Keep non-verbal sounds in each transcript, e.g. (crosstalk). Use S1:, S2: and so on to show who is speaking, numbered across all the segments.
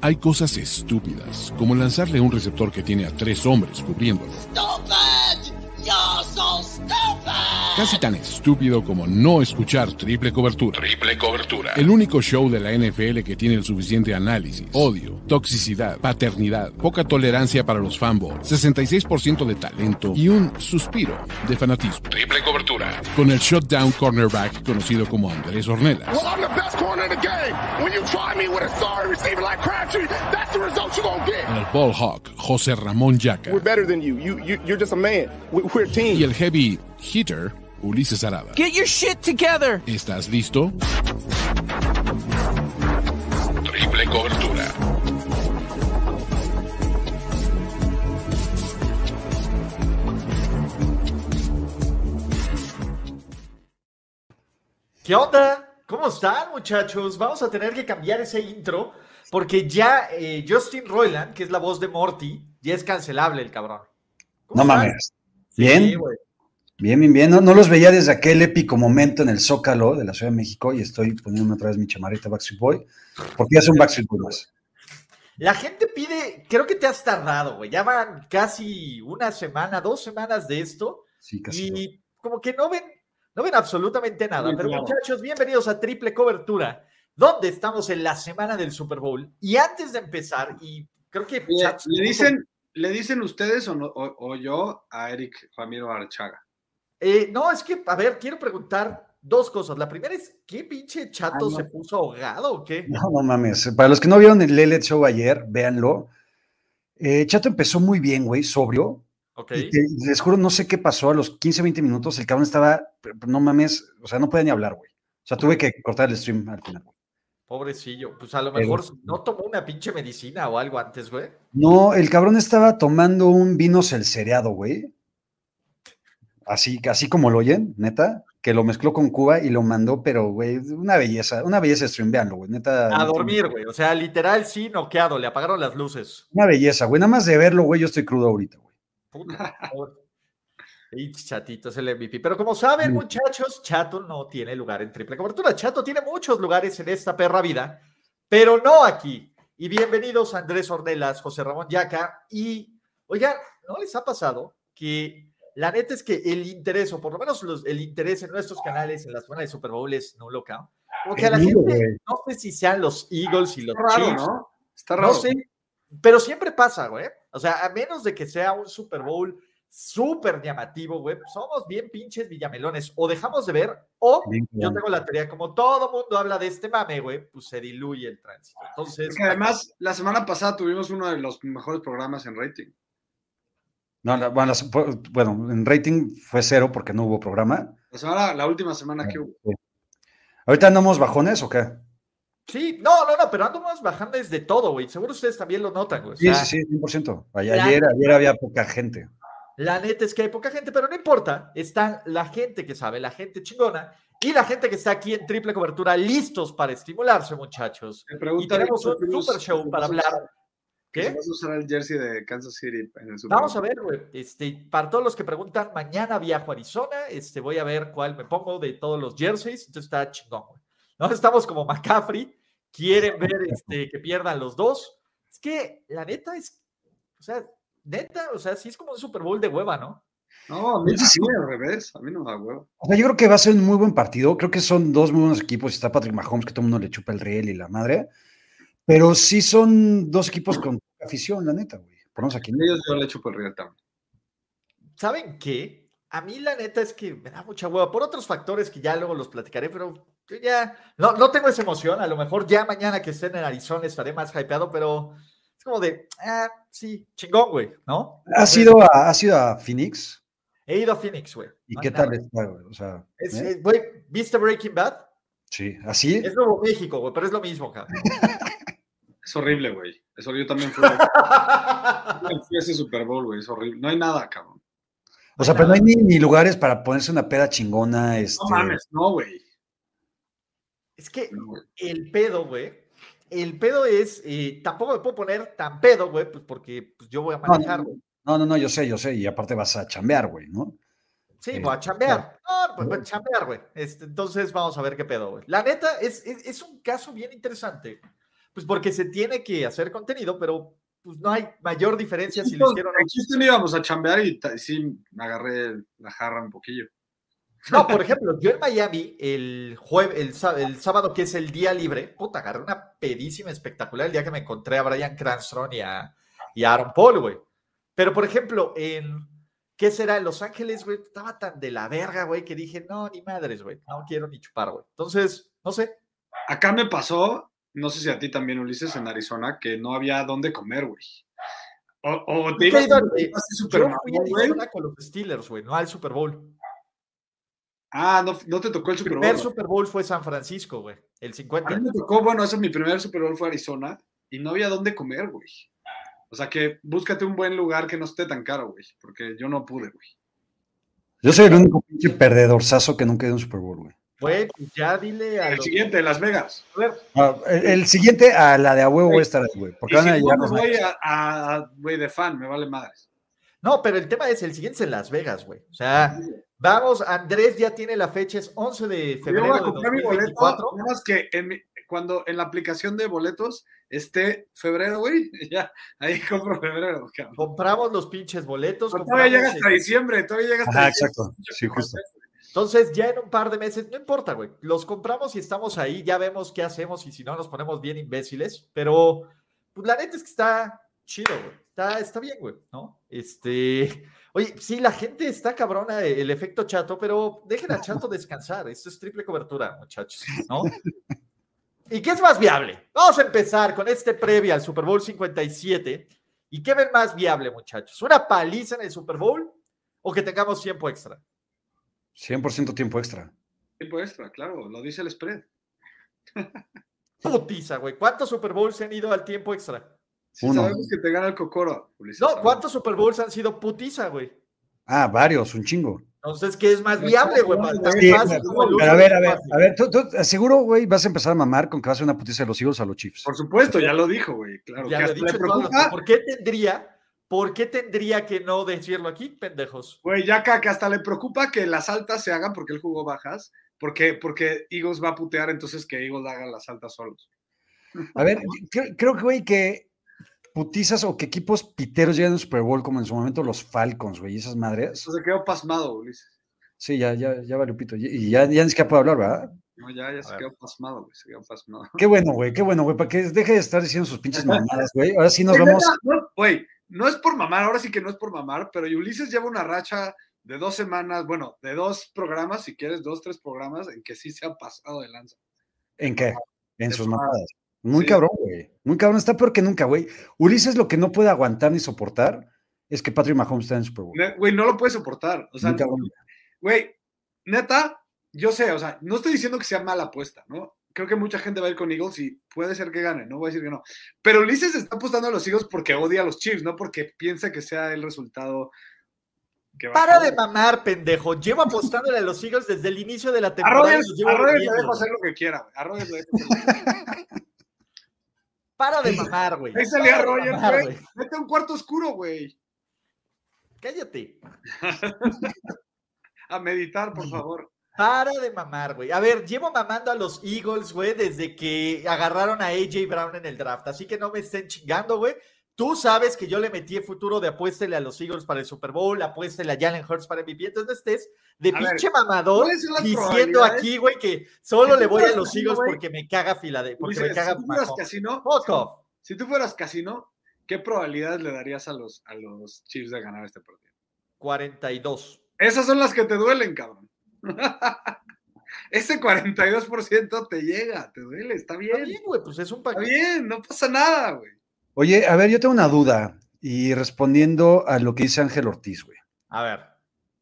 S1: Hay cosas estúpidas, como lanzarle un receptor que tiene a tres hombres cubriéndolo.
S2: Stupid! You're so stupid!
S1: Casi tan estúpido como no escuchar triple cobertura.
S3: Triple cobertura.
S1: El único show de la NFL que tiene el suficiente análisis, odio, toxicidad, paternidad, poca tolerancia para los fanboys, 66% de talento y un suspiro de fanatismo.
S3: Triple cobertura.
S1: Con el shutdown cornerback conocido como Andrés Ornelas.
S4: Well, I'm the best corner in the game. When you try me with a sorry receiver like Crabtree, that's the result you're going to get.
S1: El ball hawk José Ramón Yaca.
S5: We're better than you. You, you you're just a man. We, we're a team.
S1: Y el heavy hitter Ulises Arada.
S6: Get your shit together!
S1: ¿Estás listo?
S3: Triple cobertura.
S7: ¿Qué onda? ¿Cómo están, muchachos? Vamos a tener que cambiar ese intro porque ya eh, Justin Roiland, que es la voz de Morty, ya es cancelable el cabrón. ¿Cómo
S8: No
S7: están?
S8: mames.
S7: Sí,
S8: Bien,
S7: güey.
S8: bien, bien, bien. No, no los veía desde aquel épico momento en el Zócalo de la Ciudad de México y estoy poniéndome otra vez mi chamarrita Backstreet Boy porque ya son Backstreet Boy más.
S7: La gente pide, creo que te has tardado, güey. Ya van casi una semana, dos semanas de esto
S8: Sí, casi. todo.
S7: y como que no ven, no ven absolutamente nada.
S5: Sí,
S7: Pero
S5: claro.
S7: muchachos, bienvenidos a Triple Cobertura, donde estamos en la semana del Super Bowl. Y antes de empezar, y creo que
S9: Le,
S7: Chats
S9: le
S7: tuvo-
S9: dicen, le dicen ustedes o, no- o- o yo a Eric Ramiro Archaga.
S7: Eh, no, es que, a ver, quiero preguntar dos cosas. La primera es, ¿qué pinche chato
S8: Ah, no.
S7: se puso ahogado o qué?
S8: No, no mames. Para los que no vieron el Lelet Show ayer, véanlo. Eh, Chato empezó muy bien, güey, sobrio.
S7: Ok.
S8: Y te- les juro, no sé qué pasó. A los 15, 20 minutos, el cabrón estaba, no mames, o sea, no podía ni hablar, güey. O sea, tuve que cortar el stream al final.
S7: Pobrecillo. Pues a lo
S8: Pero-
S7: mejor no tomó una pinche medicina o algo antes, güey.
S8: No, el cabrón estaba tomando un vino celcereado, güey. Así, así como lo oyen, neta, que lo mezcló con Cuba y lo mandó, pero, güey, una belleza, una belleza de stream, véanlo, güey, neta.
S7: A
S9: Ah,
S8: neta,
S7: dormir, güey. O sea, literal, sí, noqueado. Le apagaron las luces.
S8: Una belleza, güey, nada más de verlo, güey, yo estoy crudo ahorita, güey.
S9: (laughs)
S7: Puta. madre. Y chatito es el MVP. Pero como saben,
S8: Mm.
S7: muchachos, Chato no tiene lugar en triple cobertura. Chato tiene muchos lugares en esta perra vida, pero no aquí. Y bienvenidos Andrés Ornelas, José Ramón Yaca. Y oigan, ¿no les ha pasado que la neta es que el interés, o por lo menos los- el interés en nuestros canales en la zona de Super Bowl es no loca? Porque a la
S8: Perdido,
S7: gente,
S8: güey.
S7: no sé si sean los Eagles y los
S9: Está raro,
S7: Chiefs,
S9: ¿no? Está raro.
S7: no sé, pero siempre pasa, güey. O sea, a menos de que sea un Super Bowl súper llamativo, güey, somos bien pinches villamelones. O dejamos de ver, o
S8: Bien,
S7: yo
S8: cabrón.
S7: tengo la teoría, como todo mundo habla de este mame, güey, pues se diluye el tránsito. Entonces,
S9: Porque además, la semana pasada tuvimos uno de los mejores programas en rating.
S8: No, la- bueno, las- bueno, en rating fue cero porque no hubo programa.
S9: La, semana, Pues la última semana que hubo.
S8: ¿Ahorita andamos bajones o qué?
S7: sí, no, no, no, pero andamos bajando desde todo, güey. Seguro ustedes también lo notan, güey. O
S8: Sí,
S7: sea,
S8: sí, sí, 100%. Ay-
S7: la-
S8: Ayer, ayer había poca gente.
S7: La neta es que hay poca gente, pero no importa. Está la gente que sabe, la gente chingona y la gente que está aquí en triple cobertura, listos para estimularse, muchachos.
S9: Me
S7: Y
S9: preguntan
S7: tenemos
S9: que
S7: un
S9: si vas-
S7: super show
S9: que
S7: para
S9: si vas a usar-
S7: hablar.
S9: que si
S7: ¿Qué?
S9: vas a usar el jersey de Kansas City en el Super
S7: Vamos a
S9: Bowl.
S7: ver, güey. Este, para todos los que preguntan, mañana viajo a Arizona. Este, voy a ver cuál me pongo de todos los jerseys. Entonces está chingón, güey. No (laughs) estamos como McCaffrey. Quieren ver (laughs) este, que pierdan los dos. Es que la neta es. O sea, neta, o sea, sí es como un Super Bowl de hueva, ¿no?
S9: No, a mí, a mí al revés. A mí no me da huevo.
S8: O sea, yo creo que va a ser un muy buen partido. Creo que son dos muy buenos equipos. Está Patrick Mahomes, que todo el mundo le chupa el riel y la madre. Pero sí son dos equipos con afición, la neta, güey. Ponemos aquí.
S9: Ellos yo le chupo el real también.
S7: ¿saben qué? A mí la neta es que me da mucha hueva por otros factores que ya luego los platicaré, pero yo ya no, no tengo esa emoción. A lo mejor ya mañana que estén en Arizona estaré más hypeado, pero es como de, ah, sí, chingón, güey, ¿no?
S8: ¿Has ido a, has ido a Phoenix?
S7: He ido a Phoenix, güey.
S8: ¿Y
S7: no hay
S8: qué
S7: nada.
S8: tal está, güey? O sea,
S7: Es-
S8: ¿eh?
S7: es- Güey, ¿viste Breaking Bad?
S8: sí, así.
S7: Es Nuevo México, güey, pero es lo mismo, cabrón. (laughs)
S9: Es horrible, güey. Eso yo también fui. fui a ese Super Bowl, güey. Es horrible. No hay nada, cabrón.
S8: O sea, pero no hay ni, ni lugares para ponerse una peda chingona. Este,
S9: No mames, no, güey.
S7: es que
S9: No, güey.
S7: el pedo, güey. El pedo es, eh, tampoco me puedo poner tan pedo, güey, pues porque pues, yo voy a
S8: no, no,
S7: manejar,
S8: no.
S7: güey.
S8: No, no, no, yo sé, yo sé. Y aparte vas a chambear, güey, ¿no?
S7: Sí,
S8: Eh,
S7: voy a chambear. No, pues voy a chambear, güey. Este, entonces vamos a ver qué pedo, güey. La neta, es, es, es un caso bien interesante. pues porque se tiene que hacer contenido, pero pues no hay mayor diferencia si lo
S9: Entonces,
S7: hicieron o
S9: en Houston íbamos a chambear y, ta- y sí me agarré la jarra un poquillo.
S7: No, por ejemplo, yo en Miami, el, jue- el, sá- el sábado que es el día libre, puta, agarré una pedísima espectacular el día que me encontré a Brian Cranston y a, y a Aaron Paul, güey. Pero, por ejemplo, en, ¿qué será? En Los Ángeles, güey, estaba tan de la verga, güey, que dije, no, ni madres, güey, no quiero ni chupar, güey. Entonces, no sé.
S9: Acá me pasó, no sé si a ti también, Ulises, en Arizona, que no había dónde comer, güey. O, o te ibas a
S7: Yo
S9: un
S7: fui
S9: espacio super
S7: Yo
S9: mamón,
S7: fui a
S9: güey.
S7: Arizona con los Steelers, güey, no al Super Bowl.
S9: Ah, no, no te tocó el
S7: El
S9: Super Bowl.
S7: primer
S9: güey.
S7: Super Bowl fue San Francisco, güey, el
S9: A
S7: 50.
S9: mí me tocó, bueno, ese es mi primer Super Bowl fue Arizona y no había dónde comer, güey. O sea que búscate un buen lugar que no esté tan caro, güey, porque yo no pude, güey.
S8: Yo soy el único pinche perdedorzazo que nunca dio un Super Bowl, güey.
S7: Güey, pues ya dile a
S9: El
S7: los...
S9: siguiente, Las Vegas.
S8: Ah, el, el siguiente a la de a huevo voy a estar ahí, güey. Porque
S9: Y
S8: van a
S9: si no,
S8: llegar
S9: me
S8: los
S9: voy
S8: Niners.
S9: a, a- a- güey, de fan, me vale madres.
S7: No, pero el tema es el siguiente es en Las Vegas, güey. O sea, vamos, Andrés ya tiene la fecha, es 11 de
S9: Yo voy
S7: febrero
S9: a
S7: de
S9: comprar mi boleto,
S7: 2024.
S9: nada más que en mi- cuando en la aplicación de boletos esté febrero, güey, (laughs) ya, ahí compro febrero, cabrón.
S7: Compramos los pinches boletos.
S9: Pero todavía llega
S7: compramos
S9: hasta
S7: el-
S9: diciembre, todavía llega hasta
S8: Ajá,
S9: diciembre.
S8: exacto. Sí, justo.
S7: Entonces, ya en un par de meses, no importa, güey. Los compramos y estamos ahí, ya vemos qué hacemos y si no nos ponemos bien imbéciles. Pero, pues la neta es que está chido, güey. Está, está bien, güey, ¿no? Este. Oye, sí, la gente está cabrona, eh, el efecto chato, pero dejen al chato descansar. Esto es triple cobertura, muchachos, ¿no? (laughs) ¿Y qué es más viable? Vamos a empezar con este previa al Super Bowl 57. ¿Y qué ven más viable, muchachos? ¿Una paliza en el Super Bowl o que tengamos tiempo extra?
S8: 100% tiempo extra.
S9: Tiempo extra, claro, lo dice el spread.
S7: Putiza, güey. ¿Cuántos Super Bowls han ido al tiempo extra?
S9: Si
S8: Uno.
S9: sabemos que te gana el cocoro, Ulises,
S7: No,
S9: sabemos.
S7: ¿cuántos Super Bowls han sido putiza, güey?
S8: Ah, varios, un chingo.
S7: Entonces, ¿qué es más viable, güey? Para estar
S8: Sí,
S7: fácil,
S9: pero-
S7: como el
S8: Pero a
S7: último
S8: ver, a ver,
S7: fácil.
S8: a ver, tú, tú seguro, güey, vas a empezar a mamar con que vas a ser una putiza de los Eagles a los Chiefs.
S9: Por supuesto, ya lo dijo, güey, claro.
S7: Ya lo
S9: que
S7: he
S9: hasta le
S7: dicho en todas las-
S9: preocupa,
S7: ¿Por qué tendría, por qué tendría que no decirlo aquí, pendejos?
S9: güey, ya acá que hasta le preocupa que las altas se hagan porque él jugó bajas, porque, porque Eagles va a putear, entonces que Eagles haga las altas solos.
S8: A ver, creo, creo que, güey, que putizas o que equipos piteros llegan al Super Bowl, como en su momento los Falcons, güey, y esas madres.
S9: Eso se quedó pasmado, Ulises.
S8: Sí, ya, ya, ya valió pito. Y- Y ya, ya ni siquiera puedo hablar, ¿verdad?
S9: No, ya, ya se
S7: ver.
S9: quedó pasmado, güey, se quedó pasmado.
S8: Qué bueno, güey, qué bueno, güey, para que deje de estar diciendo sus (laughs) pinches mamadas, güey. Ahora sí nos vamos.
S9: No, Güey, no es por mamar, ahora sí que no es por mamar, pero Ulises lleva una racha de dos semanas, bueno, de dos programas, si quieres, dos, tres programas, en que sí se ha pasado de lanza.
S8: ¿En qué? En
S9: De
S8: sus
S9: mamada.
S8: mamadas. Muy
S9: Sí.
S8: cabrón, güey. Muy cabrón, está peor que nunca, güey. Ulises lo que no puede aguantar ni soportar es que Patrick Mahomes está en el Super Bowl.
S9: Ne- Güey, no lo puede soportar. O sea,
S8: Muy cabrón.
S9: Güey, neta, yo sé, o sea, no estoy diciendo que sea mala apuesta, ¿no? Creo que mucha gente va a ir con Eagles y puede ser que gane, no voy a decir que no. Pero Ulises está apostando a los Eagles porque odia a los Chiefs, no porque piensa que sea el resultado que va
S7: Para
S9: a
S7: de mamar, pendejo. Llevo apostándole a los Eagles desde el inicio de la
S9: A
S7: temporada. y
S9: Rodgers,
S7: los llevo
S9: a Rodgers le
S7: vendiendo,
S9: dejo
S7: güey.
S9: hacer lo que quiera, güey. A Rodgers le dejo hacer lo que
S7: (laughs) Para de mamar, güey.
S9: Ahí salía
S7: Para de
S9: Rodgers,
S7: mamar,
S9: güey. quiera. Mete un cuarto oscuro, güey.
S7: Cállate.
S9: A meditar, por favor.
S7: Para de mamar, güey. A ver, llevo mamando a los Eagles, güey, desde que agarraron a AJ Brown en el draft. Así que no me estén chingando, güey. Tú sabes que yo le metí futuro de apuéstele a los Eagles para el Super Bowl, apuéstele a Jalen Hurts para MVP. Entonces no estés de
S9: A ver,
S7: pinche mamador
S9: ¿cuáles son las
S7: diciendo
S9: probabilidades?
S7: aquí, güey, que solo
S9: Si
S7: le
S9: tú
S7: voy a
S9: fueras
S7: los
S9: casino,
S7: Eagles
S9: güey,
S7: porque me caga Filade, porque me
S9: Ulises,
S7: caga
S9: si tú fueras
S7: Mahomes.
S9: casino,
S7: Fuck off.
S9: si tú fueras casino, ¿qué probabilidades le darías a los, a los Chiefs de ganar este partido?
S7: 42.
S9: Esas son las que te duelen, cabrón. (laughs) Ese 42% te llega, te duele, está
S7: Está
S9: bien.
S7: bien, güey, pues es un
S9: Está
S7: paquete.
S9: bien, no pasa nada, güey.
S8: Oye, a ver, yo tengo una duda. Y respondiendo a lo que dice Ángel Ortiz, güey,
S7: A ver.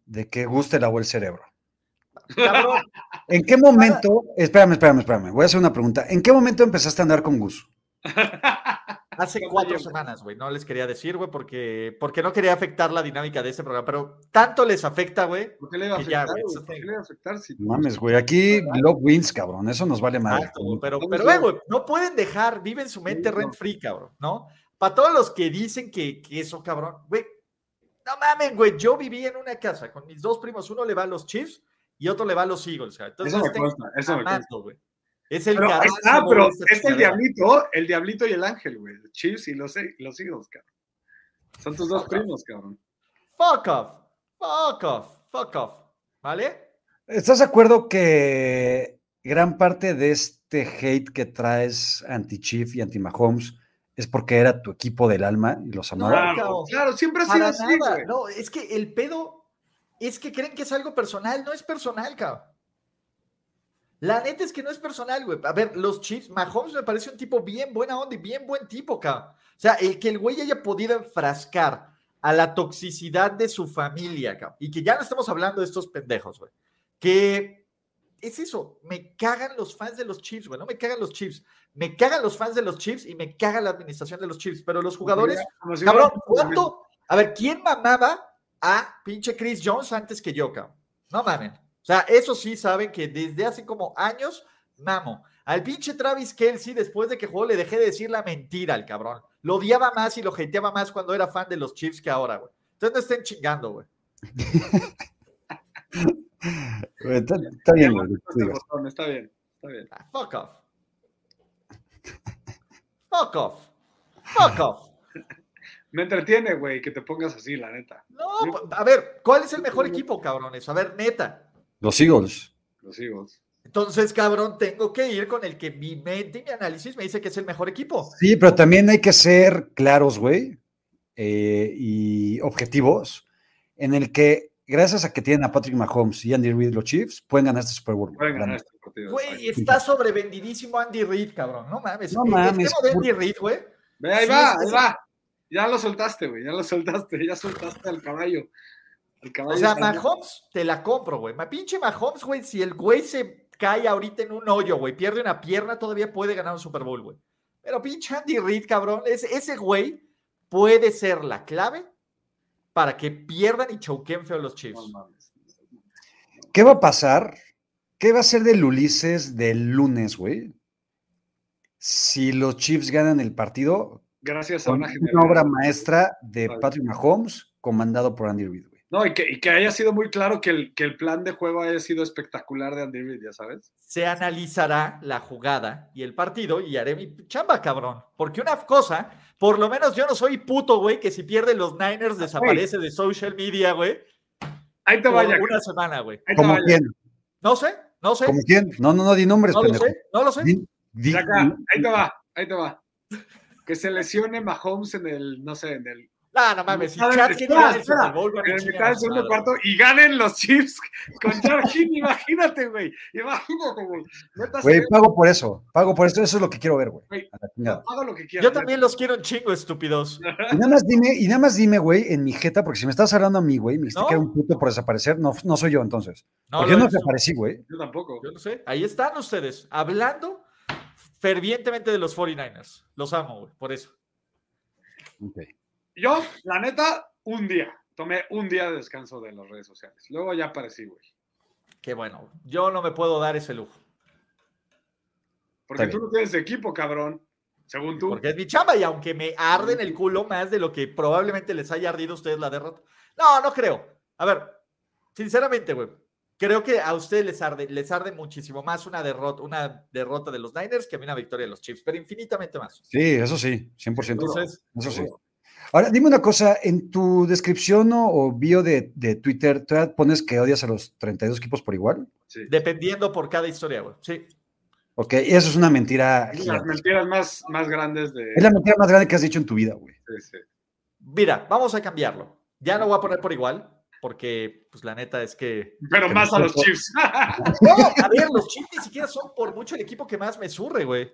S8: de que guste el agua el cerebro.
S7: Cabrón,
S8: ¿En qué momento, espérame, espérame, espérame, voy a hacer una pregunta. ¿En qué momento empezaste a andar con Gus?
S7: Hace
S9: No te
S7: cuatro
S9: llevo.
S7: semanas, güey. No les quería decir, güey, porque, porque no quería afectar la dinámica de este programa. Pero tanto les afecta, güey.
S9: ¿Por qué le iba
S7: Que
S9: a
S7: ya,
S9: afectar?
S7: güey,
S9: güey?
S7: eso
S9: ¿Por qué
S7: te-
S9: le iba a afectar si
S8: Mames, güey, aquí Love Wins, cabrón, eso nos vale madre.
S7: Exacto, güey, Pero,
S9: Vamos
S7: pero, eh,
S9: bien.
S7: güey, güey, no pueden dejar, viven su mente
S9: Sí, no.
S7: rent free, cabrón, ¿no? Para todos los que dicen que, que eso, cabrón, güey. No mames, güey. Yo viví en una casa con mis dos primos. Uno le va a los Chiefs y otro le va a los Eagles, güey. Entonces,
S9: Eso me
S7: este
S9: consta, eso me
S7: amando,
S9: consta.
S7: güey. Es el
S9: Pero, ahí
S7: carajo.
S9: está,
S7: ¿no?
S9: pero
S7: Esta
S9: es el
S7: temporada.
S9: diablito, el diablito y el ángel, güey. Los Chiefs y los, los Eagles, cabrón. Son tus dos primos, cabrón.
S7: Fuck off. Fuck off. Fuck off. ¿Vale?
S8: ¿Estás de acuerdo que gran parte de este hate que traes anti-Chief y anti-Mahomes es porque era tu equipo del alma y los amaba?
S9: Ah,
S7: No, cabrón.
S9: Claro, siempre ha sido
S7: Para
S9: así,
S7: nada.
S9: güey.
S7: No, es que el pedo es que creen que es algo personal. No es personal, cabrón. La neta es que no es personal, güey. A ver, los Chiefs, Mahomes me parece un tipo bien buena onda y bien buen tipo, cabrón. O sea, el que el güey haya podido enfrascar a la toxicidad de su familia, cabrón. Y que ya no estamos hablando de estos pendejos, güey. Que es eso, me cagan los fans de los Chiefs, güey. No me cagan los Chiefs. Me cagan los fans de los Chiefs y me caga la administración de los Chiefs. Pero los
S9: Pues
S7: jugadores
S9: Como si
S7: Cabrón,
S9: fuera-
S7: ¿cuánto? A ver, ¿quién mamaba a pinche Chris Jones antes que yo, cabrón? No mamen. O sea, eso sí saben que desde hace como años mamo. Al pinche Travis Kelsey, después de que jugó, le dejé de decir la mentira al cabrón. Lo odiaba más y lo hateaba más cuando era fan de los Chiefs que ahora, güey. Entonces no estén chingando, güey.
S8: Güey, Eh, Está, está bien, güey,
S9: Este
S8: digo.
S9: botón, Está bien, está bien.
S7: Ah, fuck off. Fuck off. Fuck off.
S9: Me entretiene, güey, que te pongas así, la neta.
S7: No, pa- a ver, ¿cuál es el mejor equipo, cabrones? A ver, neta.
S8: Los Eagles.
S9: Los Eagles.
S7: Entonces, cabrón, tengo que ir con el que mi mente y mi análisis me dice que es el mejor equipo.
S8: Sí, pero también hay que ser claros, güey, eh, y objetivos, en el que gracias a que tienen a Patrick Mahomes y Andy Reid los Chiefs, pueden ganar este Super Bowl. güey.
S9: Pueden ganar este partido.
S7: Güey, está sobrevendidísimo Andy Reid, cabrón. No mames.
S8: No
S7: El- el
S8: mames,
S7: tema de
S8: por-
S7: Andy Reid, güey.
S9: Ve, ahí
S7: Sí,
S9: va,
S7: sí,
S9: ahí
S7: sí.
S9: va. Ya lo soltaste, güey. Ya lo soltaste. Ya soltaste al caballo. Al caballo.
S7: O sea,
S9: está-
S7: Mahomes te la compro, güey. Ma pinche Mahomes, güey, si el güey se cae ahorita en un hoyo, güey, pierde una pierna, todavía puede ganar un Super Bowl, güey. Pero pinche Andy Reid, cabrón, es- ese güey puede ser la clave para que pierdan y choquen feo los Chiefs.
S9: No mames.
S8: ¿Qué va a pasar? ¿Qué va a ser del Ulises del lunes, güey? Si los Chiefs ganan el partido
S9: Gracias a
S8: con
S9: una
S8: una
S9: generación.
S8: obra maestra de
S9: Vale.
S8: Patrick Mahomes comandado por Andy Reid, güey.
S9: No, y que, y que haya sido muy claro que el, que el plan de juego haya sido espectacular de Andy Reid, ya sabes.
S7: se analizará la jugada y el partido y haré mi chamba, cabrón. Porque una cosa, por lo menos yo no soy puto, güey, que si pierden los Niners desaparece de social media, güey,
S9: Ahí Ah, te
S7: por
S9: vaya.
S7: una semana, güey.
S9: Ahí te
S8: ¿Cómo
S9: vaya.
S8: quién?
S7: No sé, no sé,
S8: ¿Cómo quién? No, no, no, di nombres,
S7: no lo
S8: pendejo.
S7: sé, no lo sé.
S8: Di- di-
S9: Saca, ah, ahí te va, ahí te va. Que se lesione Mahomes en el, no sé, en el,
S7: No, no mames, si
S9: A ver,
S7: Chad que
S9: espera,
S7: gana el
S9: espera.
S7: Super Bowl, van a
S9: en el
S7: chingar
S9: mitad
S7: a
S9: del
S7: su
S9: segundo
S7: madre.
S9: cuarto y ganen los Chiefs con Jarkin, imagínate, güey. Imagínate, güey. Neta,
S8: Güey,
S9: se-
S8: pago por eso, pago por eso, eso es lo que quiero ver, güey.
S9: Güey.
S8: A la chingada.
S9: haga lo que quieras.
S7: Yo
S9: neta.
S7: también los quiero un chingo,
S9: (laughs)
S7: estúpidos.
S8: Y nada más dime, y nada más dime, güey, en mi jeta, porque si me estás hablando a mí, güey, me dijiste
S7: No.
S8: que era un puto por desaparecer, no, no soy yo entonces.
S7: No,
S8: porque yo
S7: lo
S8: no
S7: eres tú.
S8: desaparecí, güey.
S9: Yo tampoco.
S7: Yo no sé. Ahí están ustedes, hablando fervientemente de los 49ers. Los amo, güey, por eso.
S9: Yo, la neta, un día. Tomé un día de descanso de las redes sociales. Luego ya aparecí, güey.
S7: Qué bueno, yo no me puedo dar ese lujo.
S9: Porque
S8: Está
S9: tú no tienes equipo, cabrón. Según tú.
S7: Porque es mi chamba y aunque me arden el culo más de lo que probablemente les haya ardido a ustedes la derrota. No, no creo. A ver, sinceramente, güey, creo que a ustedes les arde, les arde muchísimo más una derrota, una derrota de los Niners que a mí una victoria de los Chiefs, pero infinitamente más.
S8: Sí, eso sí, 100%.
S7: Entonces,
S8: eso sí. Ahora, dime una cosa, en tu descripción o, o bio de, de Twitter, ¿tú pones que odias a los 32 equipos por igual?
S9: Sí.
S7: dependiendo por cada historia, güey. Sí.
S8: Ok, eso es una mentira.
S9: Es Las
S8: gigante.
S9: mentiras más, más grandes de.
S8: Es la mentira más grande que has dicho en tu vida, güey.
S9: Sí, sí.
S7: Mira, vamos a cambiarlo. Ya no voy a poner por igual, porque pues la neta es que...
S9: Pero
S8: Que
S9: más a los
S8: nosotros-
S9: Chiefs. (laughs)
S7: No, a ver, los Chiefs ni siquiera son por mucho el equipo que más me surre, güey.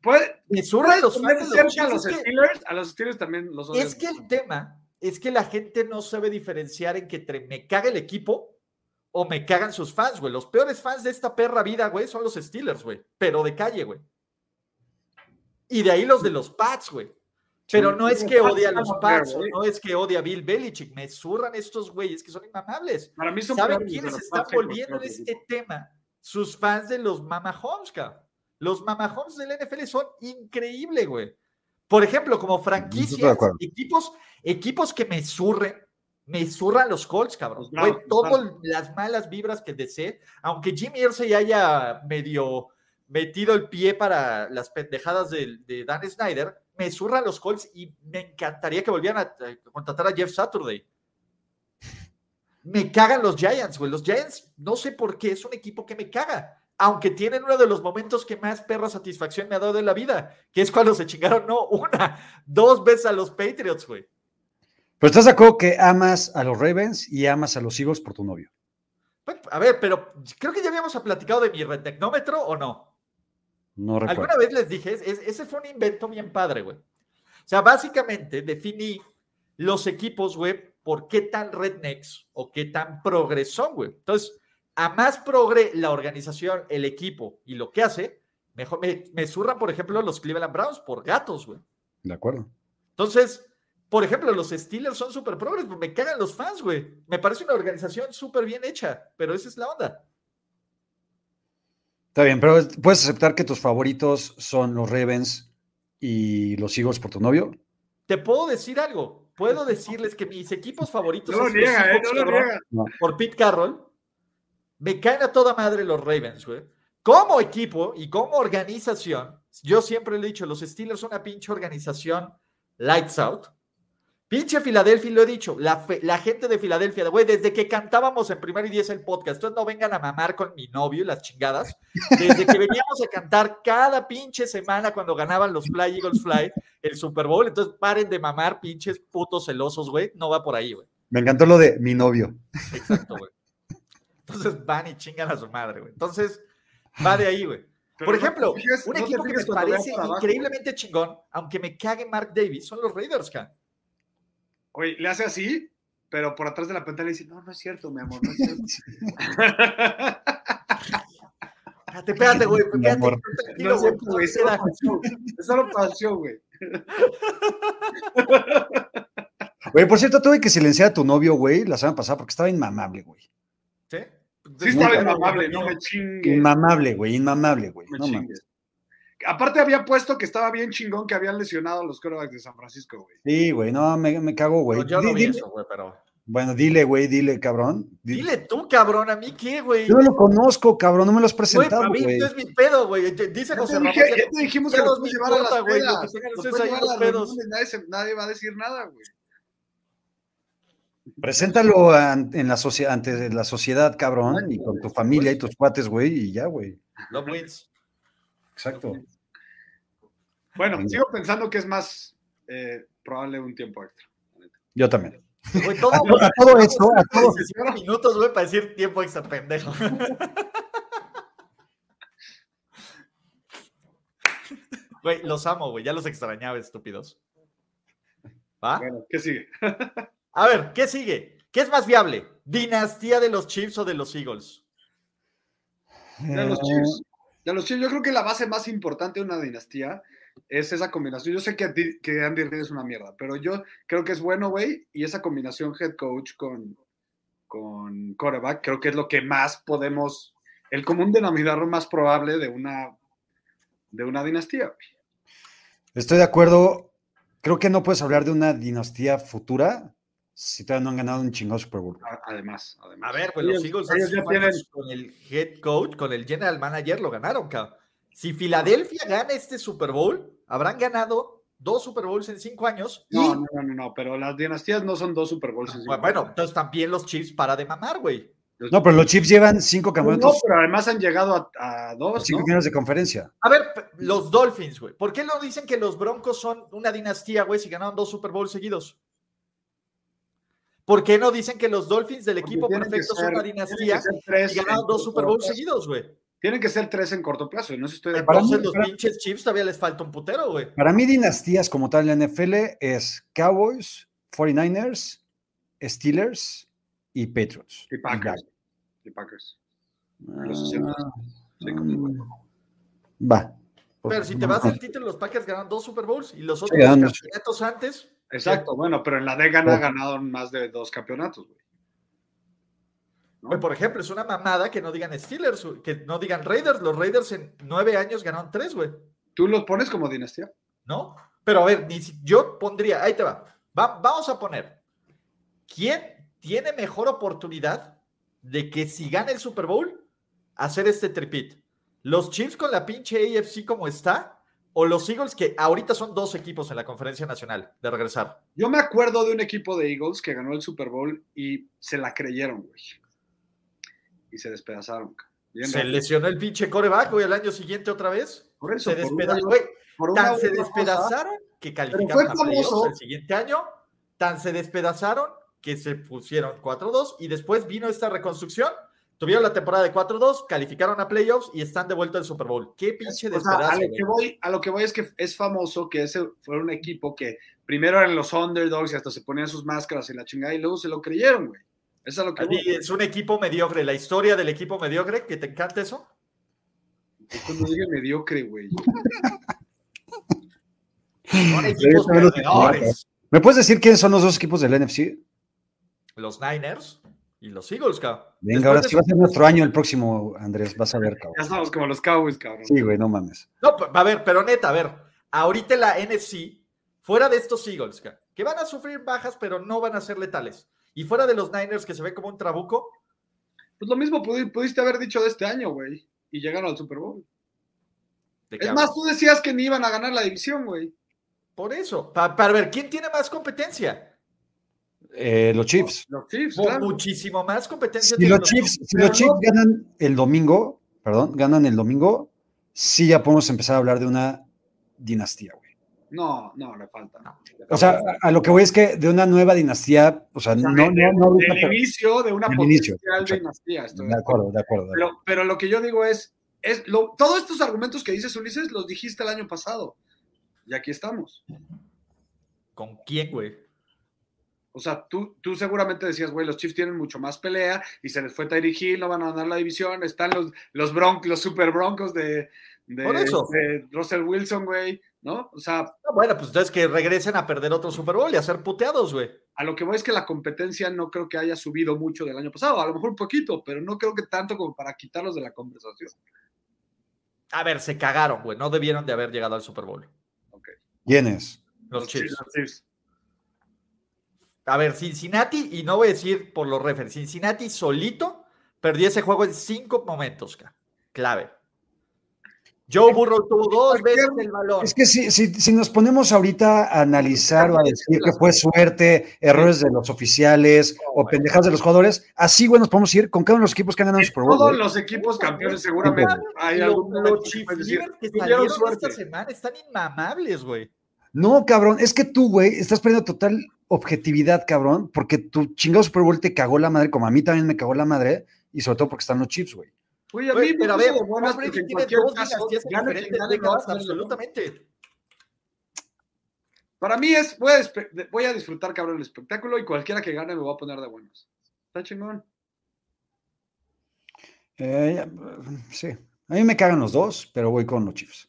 S9: Puede-
S7: Me surre los
S9: poner
S7: fans de los
S9: cerca a
S7: Chiefs,
S9: los
S7: Pues, es que-
S9: Steelers. A los Steelers también los odian.
S7: Es que el tema es que la gente no sabe diferenciar en que entre me caga el equipo o me cagan sus fans, güey. Los peores fans de esta perra vida, güey, son los Steelers, güey. Pero de calle, güey. Y de ahí los de los Pats, güey. Pero no es que
S9: Los Pats
S7: odie a
S9: están
S7: los
S9: muy ¿eh?
S7: Pats,
S9: feos,
S7: o
S9: güey.
S7: no es que odie a Bill Belichick. Me zurran estos güeyes que son inmamables.
S9: Para mí son
S7: ¿Saben
S9: peores
S7: quiénes
S9: los
S7: están
S9: Pats que
S7: volviendo en
S9: cualquier otro
S7: este tema? Sus fans de los mamahomes, cabrón. Los mamahomes del NFL son increíbles, güey. Por ejemplo, como franquicias,
S8: acuerdo.
S7: equipos, equipos que me surren, me surran los Colts, cabrón.
S9: Los
S7: Güey,
S9: Browns, los
S7: todas las malas vibras que desee, aunque Jimmy Irsay haya medio metido el pie para las pendejadas de, de Dan Snyder, me zurran los Colts y me encantaría que volvieran a eh, contratar a Jeff Saturday. Me cagan los Giants, güey. Los Giants, no sé por qué, es un equipo que me caga. Aunque tienen uno de los momentos que más perra satisfacción me ha dado en la vida, que es cuando se chingaron, no, una, dos veces a los Patriots, güey.
S8: Pero estás de acuerdo que amas a los Ravens y amas a los Eagles por tu novio.
S7: Bueno, A ver, pero creo que ya habíamos platicado de mi retecnómetro o no.
S8: No recuerdo.
S7: Alguna vez les dije, es- es- ese fue un invento bien padre, güey. O sea, básicamente definí los equipos, güey, por qué tan rednecks o qué tan progresón, güey. Entonces, a más progre la organización, el equipo y lo que hace, mejor me, me zurran, por ejemplo, los Cleveland Browns por gatos, güey.
S8: De acuerdo.
S7: Entonces, por ejemplo, los Steelers son súper progres, pues me cagan los fans, güey. Me parece una organización súper bien hecha, pero esa es la onda.
S8: Está bien, pero ¿puedes aceptar que tus favoritos son los Ravens y los Eagles por tu novio?
S7: Te puedo decir algo.
S9: (laughs)
S7: Puedo decirles que mis equipos favoritos
S9: No lo
S7: son los
S9: niega, eh,
S7: este Seahawks,
S9: no lo
S7: cabrón,
S9: niega.
S7: por Pete Carroll. Me caen a toda madre los Ravens, güey. Como equipo y como organización, yo siempre le he dicho, los Steelers son una pinche organización lights out. Pinche Filadelfia, y lo he dicho, la, fe- la gente de Filadelfia, güey, desde que cantábamos en primero y diez el podcast, entonces no vengan a mamar con mi novio y las chingadas, desde que veníamos a cantar cada pinche semana cuando ganaban los Fly Eagles Fly el Super Bowl, entonces paren de mamar pinches putos celosos, güey, no va por ahí, güey.
S8: Me encantó lo de mi novio.
S7: Exacto, güey. Entonces van y chingan a su madre, güey. Entonces va de ahí, güey.
S9: Pero
S7: Por
S9: no
S7: ejemplo,
S9: te fijas-
S7: un
S9: no te
S7: equipo que me
S9: fijas cuando veas
S7: parece
S9: para abajo.
S7: increíblemente chingón, aunque me cague Mark Davis, son los Raiders, can.
S9: Oye, le hace así, pero por atrás de la pantalla le dice, no, no es cierto, mi amor, no es cierto.
S7: Espérate, espérate, güey,
S8: Mi
S7: espérate,
S8: amor.
S9: no
S7: tranquilo,
S9: es
S7: güey,
S9: cierto, güey, es solo
S7: espera.
S9: para el show. Es solo para el show, güey.
S8: Güey, por cierto, tuve que silenciar a tu novio, güey, la semana pasada porque estaba inmamable, güey.
S7: ¿Sí?
S9: Sí estaba
S8: Nunca.
S9: inmamable, no me chingues.
S8: Inmamable, güey, inmamable, güey.
S9: me
S8: No mames.
S9: chingues. Aparte había puesto que estaba bien chingón que habían lesionado a los corebacks de San Francisco, güey.
S8: Sí, güey, no, me, me cago, güey.
S7: No, yo no
S8: Di-
S7: vi
S8: dile-
S7: eso, güey, pero.
S8: Bueno, dile, güey, dile, cabrón. Di-
S7: Dile tú, cabrón, a mí qué, güey.
S8: Yo no lo conozco, cabrón, no me lo has
S7: Güey,
S8: presentado,
S7: para mí
S8: güey.
S7: no es mi pedo, güey. Dice
S9: Ya
S7: José
S9: te,
S7: Ramón.
S9: dije-
S7: que-
S9: ya te dijimos
S7: ya
S9: que los
S7: los
S9: puedes
S7: me
S9: llevar a las
S7: importa, güey, lo
S9: pedas.
S7: que tengan
S9: Los
S7: ustedes
S9: puedes
S7: ahí en
S9: llevar a
S7: los
S9: las
S7: pedos.
S9: reuniones, nadie, se- nadie va a decir nada, güey.
S8: Preséntalo an- en la socie- ante la sociedad, cabrón, y con tu familia y tus cuates, güey, y ya, güey.
S7: Los Wins.
S8: Exacto.
S9: Bueno,
S8: Venga.
S9: sigo pensando que es más eh, probable un tiempo extra.
S8: Yo también.
S7: Güey, todo,
S9: (laughs)
S8: A todo esto, a todo.
S7: 15 minutos, güey, para decir tiempo extra, pendejo. (laughs) Güey, los amo, güey. Ya los extrañaba, estúpidos. ¿Va?
S9: Bueno, ¿qué sigue?
S7: A ver, ¿qué sigue? ¿Qué es más viable? ¿Dinastía de los Chiefs o de los Eagles?
S9: De los
S8: eh,
S9: Chiefs. De los Chiefs, yo creo que la base más importante de una dinastía es esa combinación. Yo sé que, a ti- que Andy Reid es una mierda, pero yo creo que es bueno, güey, y esa combinación head coach con, con quarterback creo que es lo que más podemos, el común denominador más probable de una, de una dinastía. güey.
S8: Estoy de acuerdo. Creo que no puedes hablar de una dinastía futura si todavía no han ganado un chingado Super Bowl.
S9: A- Además, además.
S7: A ver, pues los Eagles hace
S9: ellos ya
S7: cinco
S9: tienen-
S7: años con el head coach, con el general manager, lo ganaron, cabrón. Si Filadelfia gana este Super Bowl, habrán ganado dos Super Bowls en cinco años. y-
S9: No, no, no, no, no, pero las dinastías no son dos Super Bowls. en cinco
S7: Ah, Bueno,
S9: años.
S7: entonces también los Chiefs para de mamar, güey.
S8: No, pero los Chiefs llevan cinco
S7: Pues
S9: No,
S8: campeonatos,
S9: pero además han llegado a, a dos.
S8: cinco
S9: ¿no?
S8: finales de conferencia.
S7: A ver, p- los Dolphins, güey. ¿Por qué no dicen que los Broncos son una dinastía, güey, si ganaron dos Super Bowls seguidos? ¿Por qué no dicen que los Dolphins del
S9: Porque
S7: equipo
S9: tienen que
S7: perfecto
S9: ser-
S7: son una
S9: tienen que
S7: dinastía
S9: ser tres
S7: y ganaron
S9: en
S7: dos Super
S9: corto
S7: Bowls
S9: plazo.
S7: seguidos, güey?
S9: Tienen que ser tres en corto plazo, no sé si estoy de acuerdo.
S7: Entonces
S8: mí-
S7: los
S8: para-
S7: pinches Chiefs todavía les falta un putero,
S9: Pues
S7: güey.
S8: Para mí, dinastías como tal en la NFL es Cowboys, 49ers, Steelers y Patriots.
S9: Y Packers. Y Packers.
S7: Ah,
S9: Los 60. Sí, como-
S8: Mm, Va.
S7: Pero si te vas al título, los Packers ganaron dos Super Bowls y los otros
S8: ganaron dos.
S7: campeonatos antes.
S9: Exacto, bueno, pero en la década
S8: Sí.
S9: ganaron más de dos campeonatos, güey.
S7: Güey, por ejemplo, es una mamada que no digan Steelers, güey, que no digan Raiders. Los Raiders en nueve años ganaron tres, güey.
S9: ¿Tú los pones como dinastía?
S7: ¿no? Pero a ver, ni si- yo pondría, ahí te va. Va- Vamos a poner, ¿quién tiene mejor oportunidad de que si gana el Super Bowl, hacer este tripit? ¿Los Chiefs con la pinche AFC como está? ¿O los Eagles que ahorita son dos equipos en la conferencia nacional de regresar?
S9: Yo me acuerdo de un equipo de Eagles que ganó el Super Bowl y se la creyeron, güey. Y se despedazaron. cabrón. Bien eh.
S7: Se
S9: raro.
S7: lesionó el pinche coreback, güey, el año siguiente otra vez.
S9: Por eso,
S7: Se
S9: por una-
S7: despedazaron, güey.
S9: por una
S7: Tan se
S9: buena cosa,
S7: despedazaron que
S9: fue
S7: calificaron a
S9: famoso.
S7: playoffs el siguiente año. Tan se despedazaron que se pusieron 4-2 y después vino esta reconstrucción. Tuvieron la temporada de 4-2, calificaron a playoffs y están de vuelta al Super Bowl. Qué pinche
S9: O sea,
S7: despedazo.
S9: a, lo
S7: güey.
S9: que voy, a lo que voy es que es famoso que ese fue un equipo que primero eran los underdogs y hasta se ponían sus máscaras y la chingada y luego se lo creyeron, güey. Eso es a lo que
S7: A ti
S9: voy.
S7: es un equipo mediocre. La historia del equipo mediocre, que te encanta eso.
S9: Cuando diga
S8: (laughs)
S9: mediocre, güey.
S7: Son equipos
S8: también los
S7: perdedores.
S8: ¿Me puedes decir quiénes son los dos equipos del NFC?
S7: Los Niners y los Eagles, cabrón.
S8: Venga,
S7: Después
S8: ahora
S7: de
S8: sí va a ser nuestro año el próximo, Andrés. Vas a ver,
S9: Ya
S8: cabrón.
S9: estamos como los Cowboys, cabrón.
S8: Sí, güey, no mames.
S7: No, p- a ver, pero neta, a ver. Ahorita la NFC, fuera de estos Eagles, ca- que van a sufrir bajas, pero no van a ser letales. Y fuera de los Niners, que se ve como un trabuco,
S9: Pues lo mismo pudi- pudiste haber dicho de este año, güey. Y llegaron al Super Bowl.
S7: ¿de qué
S9: Es
S7: hablas?
S9: más, tú decías que ni iban a ganar la división, güey.
S7: Por eso, pa- para ver quién tiene más competencia.
S8: Eh, los Chiefs.
S9: Los Chiefs,
S7: Mu-
S9: Pues claro.
S7: Muchísimo más competencia.
S8: Si
S7: tienen
S8: los Chiefs, si
S7: pero
S8: los Chiefs ganan el domingo, perdón, ganan el domingo, sí ya podemos empezar a hablar de una dinastía, güey.
S9: No, no, le falta.
S8: O sea, a, a lo que voy es que de una nueva dinastía, o sea, no, no, no, ahorita,
S9: El
S8: pero-
S9: inicio de una
S8: Del inicio,
S9: potencial
S8: exacto.
S9: dinastía. estoy
S8: de acuerdo, de acuerdo. de acuerdo.
S9: Pero, pero lo que yo digo es, es lo- todos estos argumentos que dices, Ulises, los dijiste el año pasado. Y aquí estamos.
S7: ¿Con quién, güey?
S9: O sea, tú, tú seguramente decías, güey, los Chiefs tienen mucho más pelea y se les fue Tyreek Hill, no van a ganar la división, están los, los Broncos, los Super Broncos de, de,
S7: Por eso.
S9: de Russell Wilson, güey, ¿no? O sea,
S7: No, bueno, pues entonces que regresen a perder otro Super Bowl y a ser puteados, güey.
S9: a lo que voy es que la competencia no creo que haya subido mucho del año pasado, a lo mejor un poquito, pero no creo que tanto como para quitarlos de la conversación.
S7: A ver, se cagaron, güey. No debieron de haber llegado al Super Bowl.
S8: ¿Quiénes?
S7: Los Chiefs.
S9: Los Chiefs.
S7: A ver, Cincinnati, y no voy a decir por los referees, Cincinnati solito perdió ese juego en cinco momentos, ca- clave. Joe Burrow tuvo dos veces el balón.
S8: Es que si, si, si nos ponemos ahorita a analizar o a decir que fue suerte, errores de los oficiales o pendejadas de los jugadores, así, güey, nos podemos ir con cada uno de los equipos que han ganado el Super Bowl.
S9: Todos
S8: güey.
S9: los equipos campeones seguramente
S7: Y
S9: hay
S7: lo-
S9: algún
S7: los
S9: momento que puedes decir,
S7: chiflidos que
S9: tuvieron
S7: salieron
S9: suerte.
S7: esta semana están inmamables, güey.
S8: No, cabrón, es que tú, güey, estás perdiendo total objetividad, cabrón, porque tu chingado Super Bowl te cagó la madre, como a mí también me cagó la madre, y sobre todo porque están los chips, güey.
S9: Oye, a
S7: Güey,
S9: mí
S7: pero a
S9: me
S7: ver,
S9: puso de buenas
S7: Tom Brady
S9: porque en
S7: tiene
S9: cualquier
S7: dos
S9: caso,
S7: dinastías en
S9: gane quien
S7: diferentes
S9: gane, no va a
S7: décadas,
S9: estar loco.
S7: absolutamente.
S9: Para mí es, voy a, despe- voy a disfrutar, cabrón, el espectáculo y cualquiera que gane me va a poner de buenos. Está chingón.
S8: Eh, ya, mm, sí, a mí me cagan los dos, pero voy con los chips.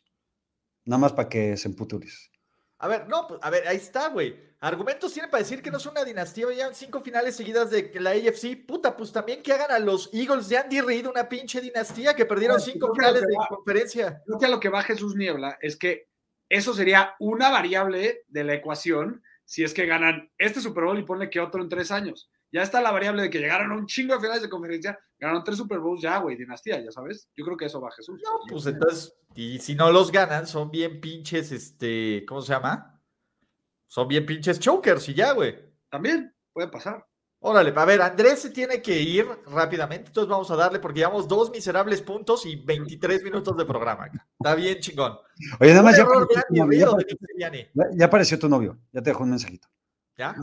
S8: Nada más para que se empute Ulises.
S7: A ver, no, pues, a ver, ahí está, güey. Argumentos tienen para decir que no es una dinastía, ya cinco finales seguidas de la AFC. Puta, pues también que hagan a los Eagles de Andy Reid una pinche dinastía que perdieron
S9: Bueno,
S7: cinco
S9: pues, creo que
S7: finales
S9: lo que
S7: de
S9: va-
S7: conferencia.
S9: Creo que a lo que va Jesús Niebla es que eso sería una variable de la ecuación si es que ganan este Super Bowl y ponle que otro en tres años. Ya está la variable de que llegaron a un chingo de finales de conferencia, ganaron tres Super Bowls ya, güey, dinastía, ya sabes. Yo creo que eso va Jesús.
S7: No, pues entonces, y si no los ganan, son bien pinches, este, ¿cómo se llama? Son bien pinches chokers y ya, güey.
S9: También puede pasar.
S7: Órale, a ver, Andrés se tiene que ir rápidamente, entonces vamos a darle porque llevamos dos miserables puntos y 23 minutos de programa. Está bien, chingón.
S8: Oye, nada
S7: Un
S8: más ya
S7: error de
S8: apareció tu
S7: Andy
S8: novio,
S7: Reid o
S8: ya
S7: de
S8: apareció-
S7: Nick Sirianni.
S8: ya- ya apareció tu novio, ya te dejó un mensajito. (laughs)
S9: (laughs)
S7: ¿Ya?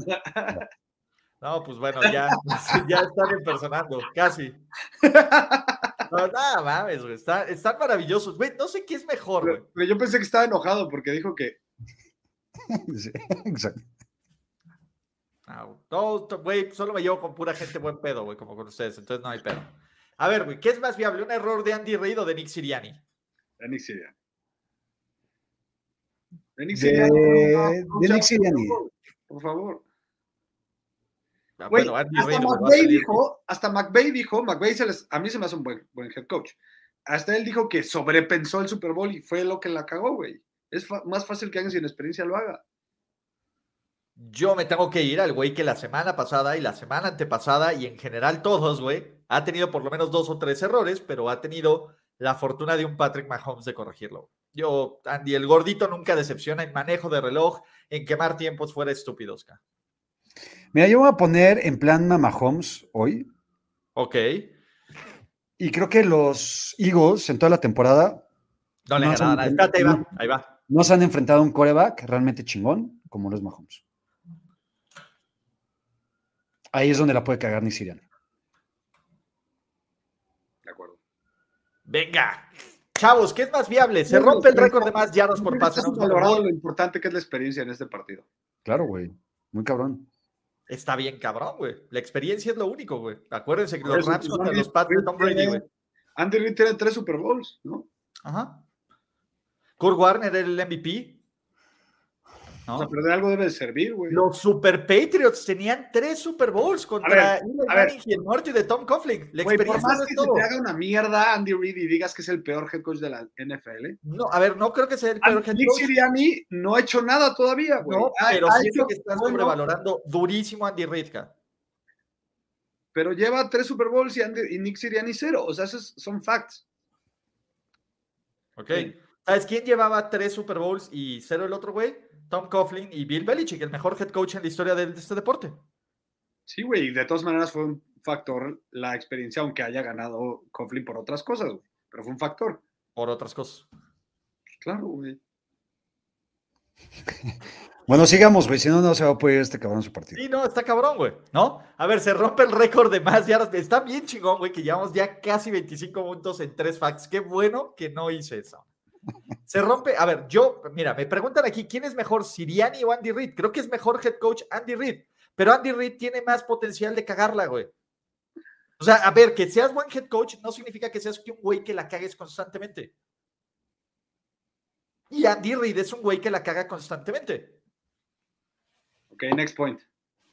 S7: No, pues bueno, ya, (laughs) ya están impersonando,
S9: (laughs)
S7: casi. No, nada mames, güey. está- están maravillosos, güey. No sé qué es mejor, güey.
S9: Pero yo pensé que estaba enojado porque dijo que
S8: Sí, exacto.
S7: No, no, to- güey, solo me llevo con pura gente buen pedo, güey, como con ustedes, entonces no hay pedo. A ver, güey, ¿qué es más viable? ¿Un error de Andy Reid o de Nick Siriani?
S9: De Nick Sirianni. De
S8: De-
S9: Nick Sirianni, no,
S8: de
S9: no,
S8: Nick
S9: no,
S8: Sirianni.
S9: Por favor.
S7: Ah,
S9: Güey,
S7: bueno, Andy
S9: hasta
S7: Reid, güey, va a
S9: McVay
S7: salir.
S9: dijo, hasta McVay dijo, McVay se les- a mí se me hace un buen, buen head coach. Hasta él dijo que sobrepensó el Super Bowl y fue lo que la cagó, güey. Es fa- más fácil que alguien sin experiencia lo haga.
S7: Yo me tengo que ir al güey que la semana pasada y la semana antepasada y en general todos, güey, ha tenido por lo menos dos o tres errores, pero ha tenido la fortuna de un Patrick Mahomes de corregirlo. Yo, Andy, el gordito nunca decepciona en manejo de reloj, en quemar tiempos fuera estúpidos. ca.
S8: Mira, yo voy a poner en plan Mama Holmes hoy.
S7: Ok.
S8: Y creo que los Eagles en toda la temporada
S7: No le
S8: No,
S7: ganaron.
S8: son-
S7: Ahí está, ahí va,
S8: no.
S7: ahí va.
S8: no se han enfrentado a un coreback realmente chingón como los Mahomes. Ahí es donde la puede cagar Sirian.
S9: De acuerdo.
S7: Venga. Chavos, ¿qué es más viable? ¿Se rompe el récord de más yardas por pase?
S9: Estás
S7: ¿no?
S9: valorado lo importante que es la experiencia en este partido.
S8: Claro, güey. Muy cabrón.
S7: Está bien cabrón, güey. La experiencia es lo único, güey. Acuérdense que
S9: Por
S7: los
S9: eso,
S7: Rams
S9: pues,
S7: contra
S9: Andy
S7: los Pats de Tom
S9: Reid
S7: Brady,
S9: tiene-
S7: güey.
S9: Andy Reid tiene tres Super Bowls, ¿no?
S7: Ajá. Kurt Warner era el MVP.
S9: O
S7: ¿No?
S9: sea, pero de algo debe de servir, güey.
S7: Los Super Patriots tenían tres Super Bowls contra
S9: ver,
S7: Eli
S9: a ver.
S7: Manning y el muerto de Tom Coughlin. La
S9: Güey, por
S7: experiencia
S9: más
S7: no es
S9: que se
S7: todo.
S9: te haga una mierda Andy Reid y digas que es el peor head coach de la NFL,
S7: No, a ver, no creo que sea el peor
S9: Andy
S7: head
S9: Nick
S7: coach,
S9: Sirianni no ha hecho nada todavía, güey.
S7: no,
S9: Ha-
S7: pero
S9: ha
S7: siento
S9: hecho-
S7: que están
S9: bueno,
S7: sobrevalorando durísimo a Andy Reid. ca.
S9: Pero lleva tres Super Bowls y, Andy- y Nick Sirianni cero. O sea, esos son facts.
S7: Ok.
S9: Sí.
S7: ¿Sabes quién llevaba tres Super Bowls y cero el otro güey? Tom Coughlin y Bill Belichick, el mejor head coach en la historia de de este deporte.
S9: Sí, güey. Y de todas maneras fue un factor la experiencia, aunque haya ganado Coughlin por otras cosas, güey. Pero fue un factor.
S7: Por otras cosas.
S9: Claro, güey.
S8: Bueno, sigamos, güey. Si no, no se va a poder ir este cabrón su partido.
S7: Sí, no, está cabrón, güey, ¿no? A ver, se rompe el récord de más yardas. Está bien chingón, güey, que llevamos ya casi 25 puntos en tres facts. Qué bueno que no hice eso. Se rompe, a ver, yo, mira, me preguntan aquí, ¿quién es mejor, Siriani o Andy Reid? Creo que es mejor head coach Andy Reid, pero Andy Reid tiene más potencial de cagarla, güey. O sea, a ver, que seas buen head coach no significa que seas que un güey que la cagues constantemente. Y Andy Reid es un güey que la caga constantemente.
S9: Ok, next point.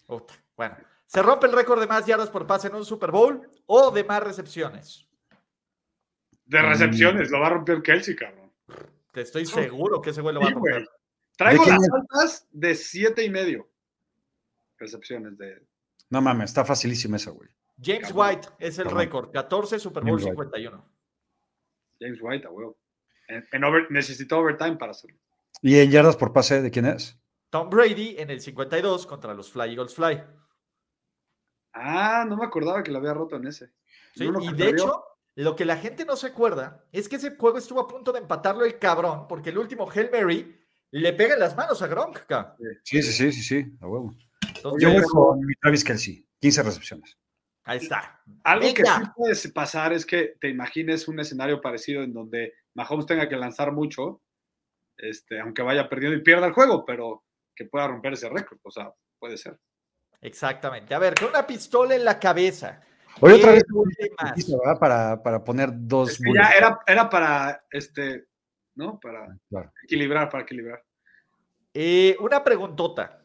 S7: Puta, Bueno, se rompe el récord de más yardas por pase en un Super Bowl o de más recepciones.
S9: De
S7: Mm.
S9: recepciones, lo va a romper Kelsey, cabrón.
S7: Te estoy seguro que ese güey lo va a
S9: Sí, güey.
S7: romper.
S9: Traigo
S8: quién
S9: las
S8: es?
S9: altas de siete y medio. Recepciones de.
S8: No mames, está facilísima esa, güey.
S7: James
S9: Cabrón.
S7: White es el
S8: Cabrón.
S7: récord, 14 Super Bowl
S8: James White.
S7: 51.
S9: James White, a huevo. En, en over- necesitó overtime para hacerlo.
S8: ¿Y en yardas por pase de quién es?
S7: Tom Brady en el 52 contra los Fly Eagles Fly.
S9: Ah, no me acordaba que lo había roto en ese.
S7: Sí,
S9: No lo
S7: y de
S9: perdió.
S7: hecho, lo que la gente no se acuerda es que ese juego estuvo a punto de empatarlo el cabrón, porque el último Hail Mary le pega en las manos a Gronk. ca.
S8: Sí, sí, sí, sí, sí. A huevo. Yo voy
S7: Entonces,
S8: con mi Travis Kelsey. 15 recepciones.
S7: ahí está.
S9: Algo que
S7: Venga.
S9: sí puede pasar es que te imagines un escenario parecido en donde Mahomes tenga que lanzar mucho, este, aunque vaya perdiendo y pierda el juego, pero que pueda romper ese récord. O sea, puede ser.
S7: Exactamente. A ver, con una pistola en la cabeza.
S8: Hoy otra
S7: ¿qué
S8: vez
S7: duele más?
S8: ¿verdad? para, para poner dos.
S9: Es que ya
S8: bullets.
S9: era, era para, este, ¿no? Para
S8: Ah, Claro.
S9: equilibrar, para equilibrar.
S7: Eh, una preguntota.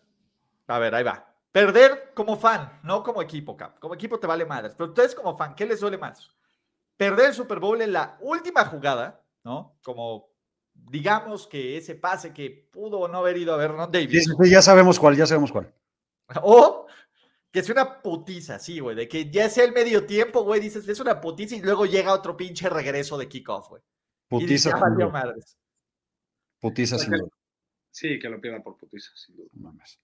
S7: A ver, ahí va. Perder como fan, no como equipo, Cap. Como equipo te vale madres. Pero ustedes como fan, ¿qué les duele más? Perder el Super Bowl en la última jugada, ¿no? Como digamos que ese pase que pudo o no haber ido a Vernon
S8: Sí,
S7: Davis.
S8: sí, sí, ya sabemos cuál, ya sabemos cuál.
S7: O que sea una putiza, sí, güey. De que ya sea el medio tiempo, güey, dices, es una putiza y luego llega otro pinche regreso de kickoff, güey. Y dices,
S8: Putiza
S7: ya
S8: sin
S7: valió
S8: duda.
S7: madres.
S8: Putiza sin duda.
S9: Sí, que lo pierda por putiza, sin duda.
S8: No mames.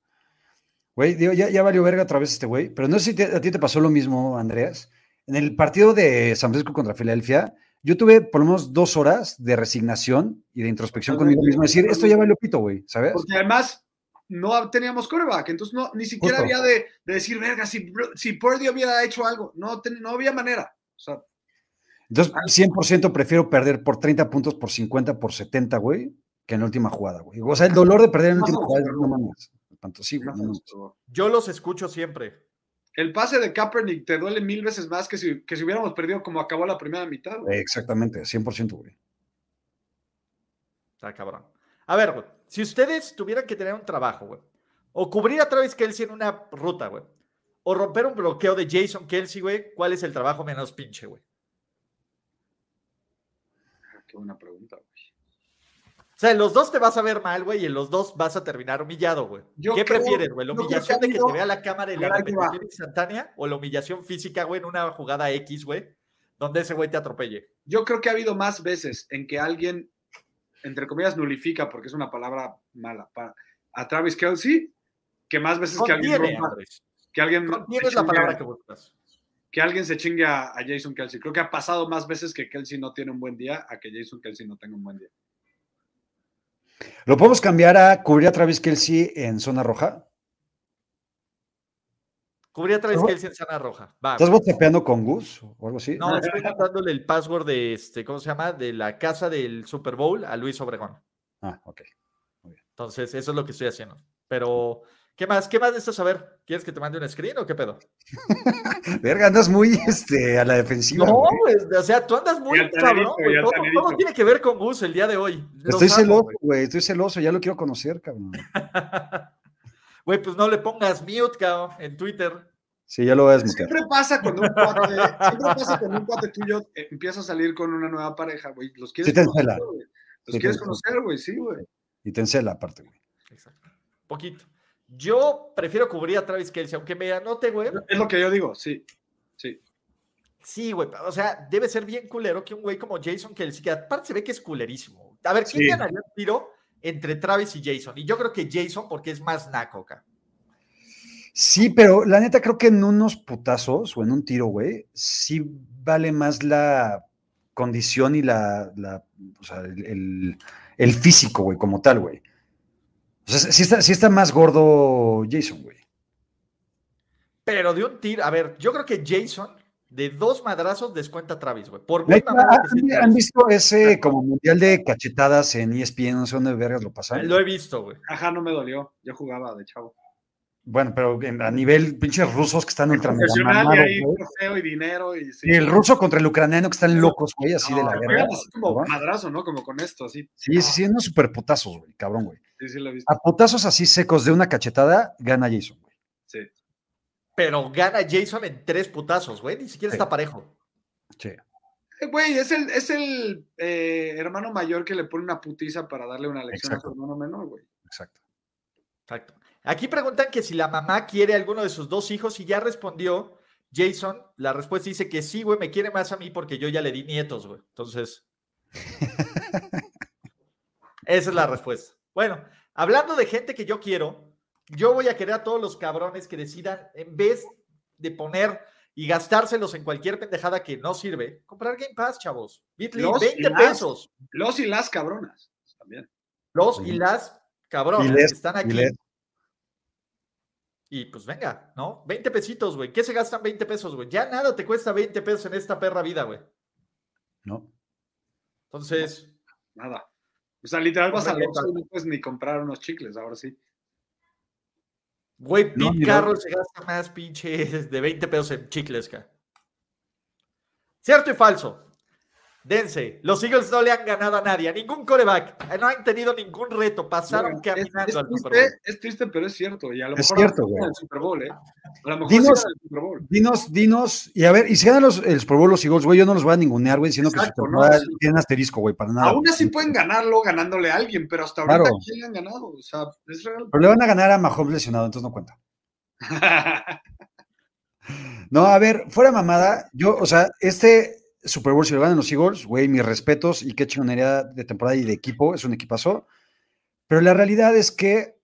S8: Güey, digo, ya, ya valió verga otra vez este güey, pero no sé si te- a ti te pasó lo mismo, Andreas. En el partido de San Francisco contra Filadelfia, yo tuve por lo menos dos horas de resignación y de introspección conmigo mismo. Es decir, esto ya valió pito, güey, ¿sabes?
S9: Porque además no teníamos coreback, entonces no, ni siquiera
S8: Justo.
S9: había de, de decir, verga, si, Bro- si Purdy hubiera hecho algo, no, ten- no había manera. O sea,
S8: Entonces, 100% prefiero perder por 30 puntos, por 50, por 70, güey, que en la última jugada, güey. O sea, el dolor de perder en la
S9: Más
S8: última
S9: o
S8: jugada,
S9: menos,
S8: no mames. Tanto sí, güey,
S9: no
S8: no
S9: nos
S8: mames.
S9: pegó.
S7: Yo los escucho siempre.
S9: el pase de Kaepernick te duele mil veces más que si, que si hubiéramos perdido como acabó la primera mitad. güey.
S8: Eh, Exactamente, 100%, güey.
S7: Está cabrón. A ver, güey. Si ustedes tuvieran que tener un trabajo, güey. O cubrir a Travis Kelsey en una ruta, güey. O romper un bloqueo de Jason Kelsey, güey. ¿Cuál es el trabajo menos pinche, güey?
S9: Ah, Qué buena pregunta. güey.
S7: O sea, en los dos te vas a ver mal, güey. Y en los dos vas a terminar humillado, güey.
S9: Yo
S7: ¿Qué
S9: creo-
S7: prefieres, güey? ¿La
S9: yo creo que
S7: humillación
S9: ha
S7: de que
S9: habido-
S7: te vea la cámara y la
S9: Ahora ahí te va.
S7: repetición instantánea? ¿O la humillación física, güey, en una jugada X, güey? donde ese güey te atropelle.
S9: Yo creo que ha habido más veces en que alguien, entre comillas, nulifica, porque es una palabra mala, para, a Travis Kelsey, que más veces que alguien
S7: Contiene,
S9: rompa-
S7: Andrés.
S9: que alguien,
S7: Contiene
S9: se
S7: es la
S9: chingue a-
S7: palabra que buscas.
S9: que alguien se chingue a, a Jason Kelsey. Creo que ha pasado más veces que Kelsey no tiene un buen día a que Jason Kelsey no tenga un buen día.
S8: ¿Lo podemos cambiar a cubrir a Travis Kelsey en zona roja?
S7: Ah, Cubría otra vez
S8: ¿No?
S7: que él se ensana roja. Va.
S8: ¿Estás whatsappeando con Gus o algo así?
S7: pues, No, estoy dándole el password de este, ¿cómo se llama? De la casa del Super Bowl a Luis Obregón.
S8: Ah, ok.
S7: Entonces, eso es lo que estoy haciendo. Pero, ¿qué más? ¿Qué más necesitas saber? ¿Quieres que te mande un screen o qué pedo?
S8: Verga, andas muy este, a la defensiva.
S7: No,
S8: güey.
S7: pues, o sea, tú andas muy
S9: Ya te
S7: cabrón,
S9: dijo,
S7: güey.
S9: ya
S7: Todo,
S9: te
S7: todo
S9: dijo.
S7: tiene que ver con Gus el día de hoy. Los
S8: Estoy
S7: amo,
S8: celoso,
S7: güey.
S8: güey. Estoy celoso, ya lo quiero conocer, cabrón.
S7: Güey, pues no le pongas mute, cabrón, en Twitter.
S8: Sí, ya lo voy a desmutear.
S9: Siempre pasa cuando un cuate, siempre pasa cuando un cuate tuyo eh, empieza a salir con una nueva pareja, güey. Los quieres
S8: Sí te
S9: conocer,
S8: encela.
S9: güey. Los
S8: Sí te
S9: quieres
S8: encela.
S9: conocer, güey, sí, güey.
S8: Y te encela, aparte, güey.
S7: Exacto. Poquito. Yo prefiero cubrir a Travis Kelsey, aunque me anote, güey.
S9: Es lo que yo digo, sí.
S7: Sí, güey. O sea, debe ser bien culero que un güey como Jason Kelsey, que aparte se ve que es culerísimo. A ver, ¿quién
S9: Sí.
S7: ganaría el tiro entre Travis y Jason? Y yo creo que Jason, porque es más naco, cabrón.
S8: Sí, pero la neta creo que en unos putazos o en un tiro, güey, sí vale más la condición y la, la- o sea, el, el- el físico, güey, como tal, güey. O sea, sí está, sí está más gordo Jason, güey.
S7: Pero de un tiro, a ver, yo creo que Jason de dos madrazos descuenta a Travis, güey. Por
S9: Pues
S7: muy
S8: Neta,
S7: mamón que sea
S8: ¿Han, han
S7: Travis.
S8: visto ese como mundial de cachetadas en E ESPN? No sé dónde vergas lo pasaron.
S7: Lo he visto, güey.
S9: Ajá, no me dolió. Yo jugaba de chavo.
S8: Bueno, pero en- a nivel pinches rusos que están ultra mega
S9: Profesional y
S8: mamados,
S9: ahí
S8: güey.
S9: trofeo y dinero y sí.
S8: Y el ruso contra el ucraniano que están locos, güey, así de
S9: No,
S8: la
S9: que
S8: guerra.
S9: juegan así como ah.
S8: ¿no?
S9: madrazo, ¿no? Como con esto, así.
S8: Sí, sí, sí, unos super putazos, güey, cabrón, güey.
S9: Sí, sí, lo he visto.
S8: A putazos así secos de una cachetada, gana Jason, güey.
S9: Sí.
S7: Pero gana Jason en tres putazos, güey. Ni siquiera
S8: Sí.
S7: está parejo.
S8: Sí.
S9: Eh, Güey, es el, es el eh, hermano mayor que le pone una putiza para darle una lección a
S8: Exacto.
S9: su hermano menor, güey.
S8: Exacto.
S7: Exacto. Aquí preguntan que si la mamá quiere a alguno de sus dos hijos y ya respondió Jason. La respuesta dice que sí, güey, me quiere más a mí porque yo ya le di nietos, güey. Entonces. esa es la respuesta. Bueno, hablando de gente que yo quiero, yo voy a querer a todos los cabrones que decidan, en vez de poner y gastárselos en cualquier pendejada que no sirve, comprar Game Pass, chavos. Bitly,
S9: Los
S7: 20
S9: y las.
S7: pesos.
S9: Los y las cabronas también.
S7: Los y
S8: Ujú.
S7: las cabrones
S8: Y les-
S7: que están
S8: y
S7: aquí.
S8: les.
S7: Y pues venga, ¿no? 20 pesitos, güey. ¿Qué se gastan 20 pesos, güey? Ya nada te cuesta 20 pesos en esta perra vida, güey.
S8: ¿No?
S7: Entonces,
S9: Nada. O sea, literal vas al
S7: Hombre,
S9: Oxxo
S7: ¿qué
S9: y no puedes ni comprar unos chicles, ahora sí.
S7: güey, Pete
S8: No, ni lo-
S7: Carroll se gasta más pinches de 20 pesos en chicles, ca. Cierto y falso. Dense, los Eagles no le han ganado a nadie, a ningún coreback. Eh, No han tenido ningún reto, pasaron
S9: Bueno, es-
S7: caminando
S9: es,
S7: al Super Bowl.
S9: triste, es triste, pero es cierto. Y a lo
S8: Es
S9: mejor no
S8: cierto, güey.
S9: gana el Super Bowl, ¿eh? A lo mejor sí
S8: Dinos-
S9: gana el Super Bowl.
S8: Dinos, dinos, y a ver, y si ganan los, el Super Bowl los Eagles, güey, yo no los voy a ningunear, güey, sino que su
S9: Exacto,
S8: temporada
S9: no, sí.
S8: tienen asterisco, güey, para nada.
S9: Aún
S8: güey.
S9: así pueden ganarlo ganándole a alguien, pero hasta ahorita
S8: Ah, Claro.
S9: ¿quién le han ganado? O sea, es real.
S8: Pero le van a ganar a Mahomes lesionado, entonces no cuenta. No, a ver, fuera mamada, yo, o sea, este Super Bowl si lo ganan los Eagles, güey, mis respetos y qué chingonería de temporada y de equipo, es un equipazo. Pero la realidad es que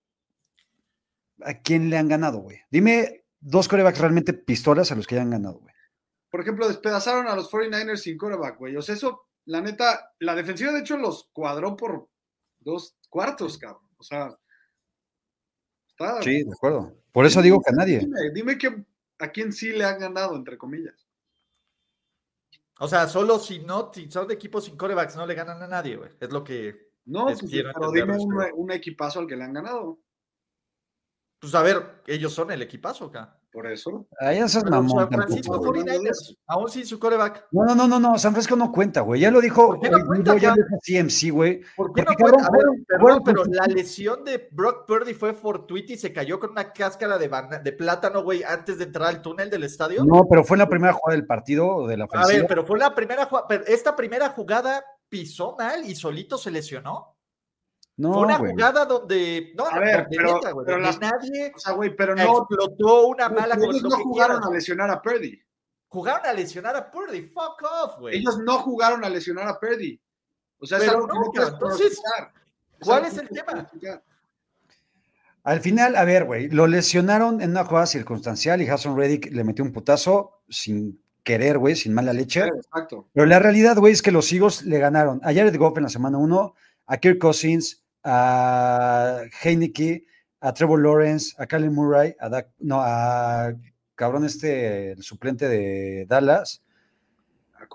S8: ¿a quién le han ganado, güey? Dime dos corebacks realmente pistolas a los que hayan ganado, güey.
S9: (laughs) Por ejemplo, despedazaron a los 49ers sin quarterback, güey. O sea, eso, la neta, la defensiva de hecho los cuadró por dos cuartos, cabrón. O sea, está.
S8: Sí, de acuerdo. Por eso digo que a nadie.
S9: Dime, dime que, a quién sí le han ganado, entre comillas.
S7: O sea, solo si no, si son de equipos sin corebacks, no le ganan a nadie, güey. Es lo que
S9: No,
S7: Les
S9: pues,
S7: quiero
S9: pero dime
S7: entender,
S9: un,
S7: pero-
S9: un equipazo al que le han ganado.
S7: Pues a ver, ellos son el equipazo acá.
S9: Por eso.
S8: Ahí no seas
S7: Pero
S8: mamón
S7: San
S8: tampoco,
S7: Francisco
S8: güey.
S7: 49ers, aún sin su coreback.
S8: No, no, no, no, no, San Francisco no cuenta, güey. Ya lo dijo,
S7: ¿Por qué no
S8: güey,
S7: cuenta,
S8: Divo, ya lo
S7: cabrón?
S8: dijo CMC, güey.
S7: ¿Por qué no
S8: Porque,
S7: puede-
S8: cabrón,
S7: A ver,
S8: fueron-
S7: perdón,
S8: fueron
S7: pero
S8: con-
S7: la lesión de Brock Purdy fue fortuita y se cayó con una cáscara de, bana- de plátano, güey, antes de entrar al túnel del estadio.
S8: No, pero fue en la primera jugada del partido o de la
S7: a ver,
S8: ofensiva.
S7: pero fue la primera jugada. pero esta primera jugada pisó mal y solito se lesionó.
S8: no,
S7: fue una
S8: güey.
S7: jugada donde. No,
S9: A ver,
S7: donde
S9: pero-
S7: neta, güey,
S9: pero
S7: donde
S9: las-
S7: nadie
S9: O sea, güey, pero (laughs) no.
S7: explotó una
S9: Los
S7: mala
S9: ellos
S7: lo
S9: no
S7: que
S9: jugaron
S7: quieras.
S9: a lesionar a Purdy.
S7: Jugaron a lesionar a Purdy. Fuck off, güey.
S9: Ellos no jugaron a lesionar a Purdy. O sea, es
S7: Pero
S9: algo que
S7: no,
S9: no puedes
S7: cabrón, entonces,
S9: pronosticar.
S7: ¿Cuál
S9: algo
S7: es
S9: que
S7: el
S9: no puedes
S7: tema?
S9: pronosticar.
S8: Al final, a ver, güey, lo lesionaron en una jugada circunstancial y Hassan Reddick le metió un putazo sin querer, güey, sin mala leche.
S9: Claro, Exacto.
S8: Pero la realidad, güey, es que los Eagles le ganaron a Jared Goff en la semana 1, a Kirk Cousins, a Heineke, a Trevor Lawrence, a Kalen Murray, a Dak- no, a cabrón este, el suplente de Dallas,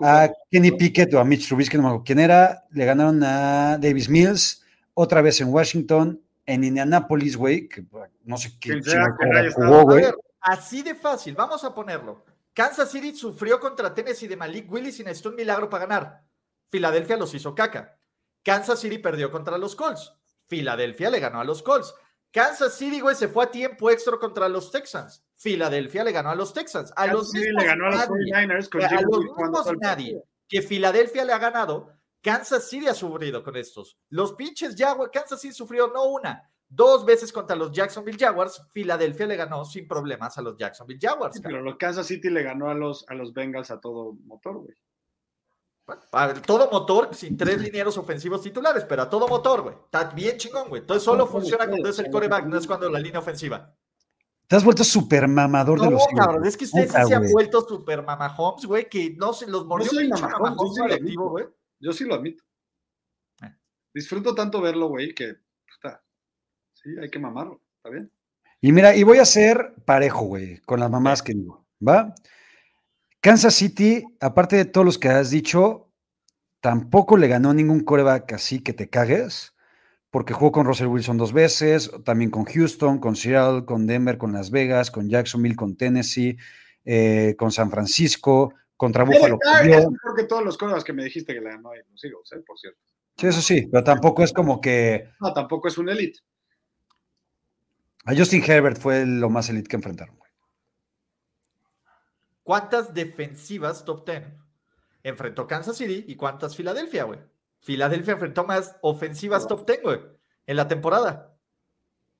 S8: a Kenny Pickett o a Mitch Trubisky, no me acuerdo quién era, le ganaron a Davis Mills, otra vez en Washington, en Indianapolis, güey, que no sé qué
S9: Quien sea
S8: chingada
S9: que haya
S8: jugó,
S9: estado.
S7: A
S8: güey.
S7: ver, así de fácil, vamos a ponerlo. Kansas City sufrió contra Tennessee de Malik Willis y necesitó un milagro para ganar. Filadelfia los hizo caca. Kansas City perdió contra los Colts. Filadelfia le ganó a los Colts. Kansas City, güey, se fue a tiempo extra contra los Texans. Filadelfia le ganó a los Texans. A los
S9: Kansas City
S7: mismos
S9: le ganó a los
S7: nadie.
S9: 49ers con
S7: a
S9: Jimmy
S7: los
S9: G cuando
S7: mismos
S9: fue el
S7: nadie
S9: partido.
S7: que Filadelfia le ha ganado, Kansas City ha sufrido con estos. Los pinches Jaguars, Kansas City sufrió no una, dos veces contra los Jacksonville Jaguars. Filadelfia le ganó sin problemas a los Jacksonville Jaguars.
S9: Sí,
S7: cabrón.
S9: Pero los Kansas City le ganó a los, a los Bengals a todo motor, güey.
S7: A ver, todo motor sin tres linieros ofensivos titulares, pero a todo motor, güey. Está bien chingón, güey. Entonces solo funciona cuando es el coreback, no es cuando la línea ofensiva.
S8: Te has vuelto super mamador de
S7: No,
S8: los Eagles,
S7: cabrón,
S8: güey.
S7: es que ustedes sí
S8: Puta,
S7: se han
S8: güey.
S7: vuelto super mamahomes, güey, que no se los mordió
S9: soy
S7: un pinche
S9: mamahomes,
S7: mamahomes
S9: yo sí lo
S7: colectivo, güey.
S9: Yo sí lo admito.
S7: Eh.
S9: Disfruto tanto verlo, güey, que puta, sí, hay que mamarlo. ¿Está bien?
S8: Y mira, y voy a ser parejo, güey, con las mamás que digo, ¿va? Kansas City, aparte de todos los que has dicho, tampoco le ganó ningún coreback así que te cagues, porque jugó con Russell Wilson dos veces, también con Houston, con Seattle, con Denver, con Las Vegas, con Jacksonville, con Tennessee, eh, con San Francisco, contra Buffalo.
S9: Derek Carr
S8: perdió.
S9: es mejor que todos los corebacks que me dijiste que le ganó a los Eagles, ¿eh? por cierto.
S8: Sí, eso sí, pero tampoco es como que
S9: No, tampoco es un elite.
S8: a Justin Herbert fue lo más elite que enfrentaron. güey.
S7: ¿Cuántas defensivas top 10 enfrentó Kansas City y cuántas Filadelfia, güey? Filadelfia enfrentó más ofensivas top 10, güey, en la temporada.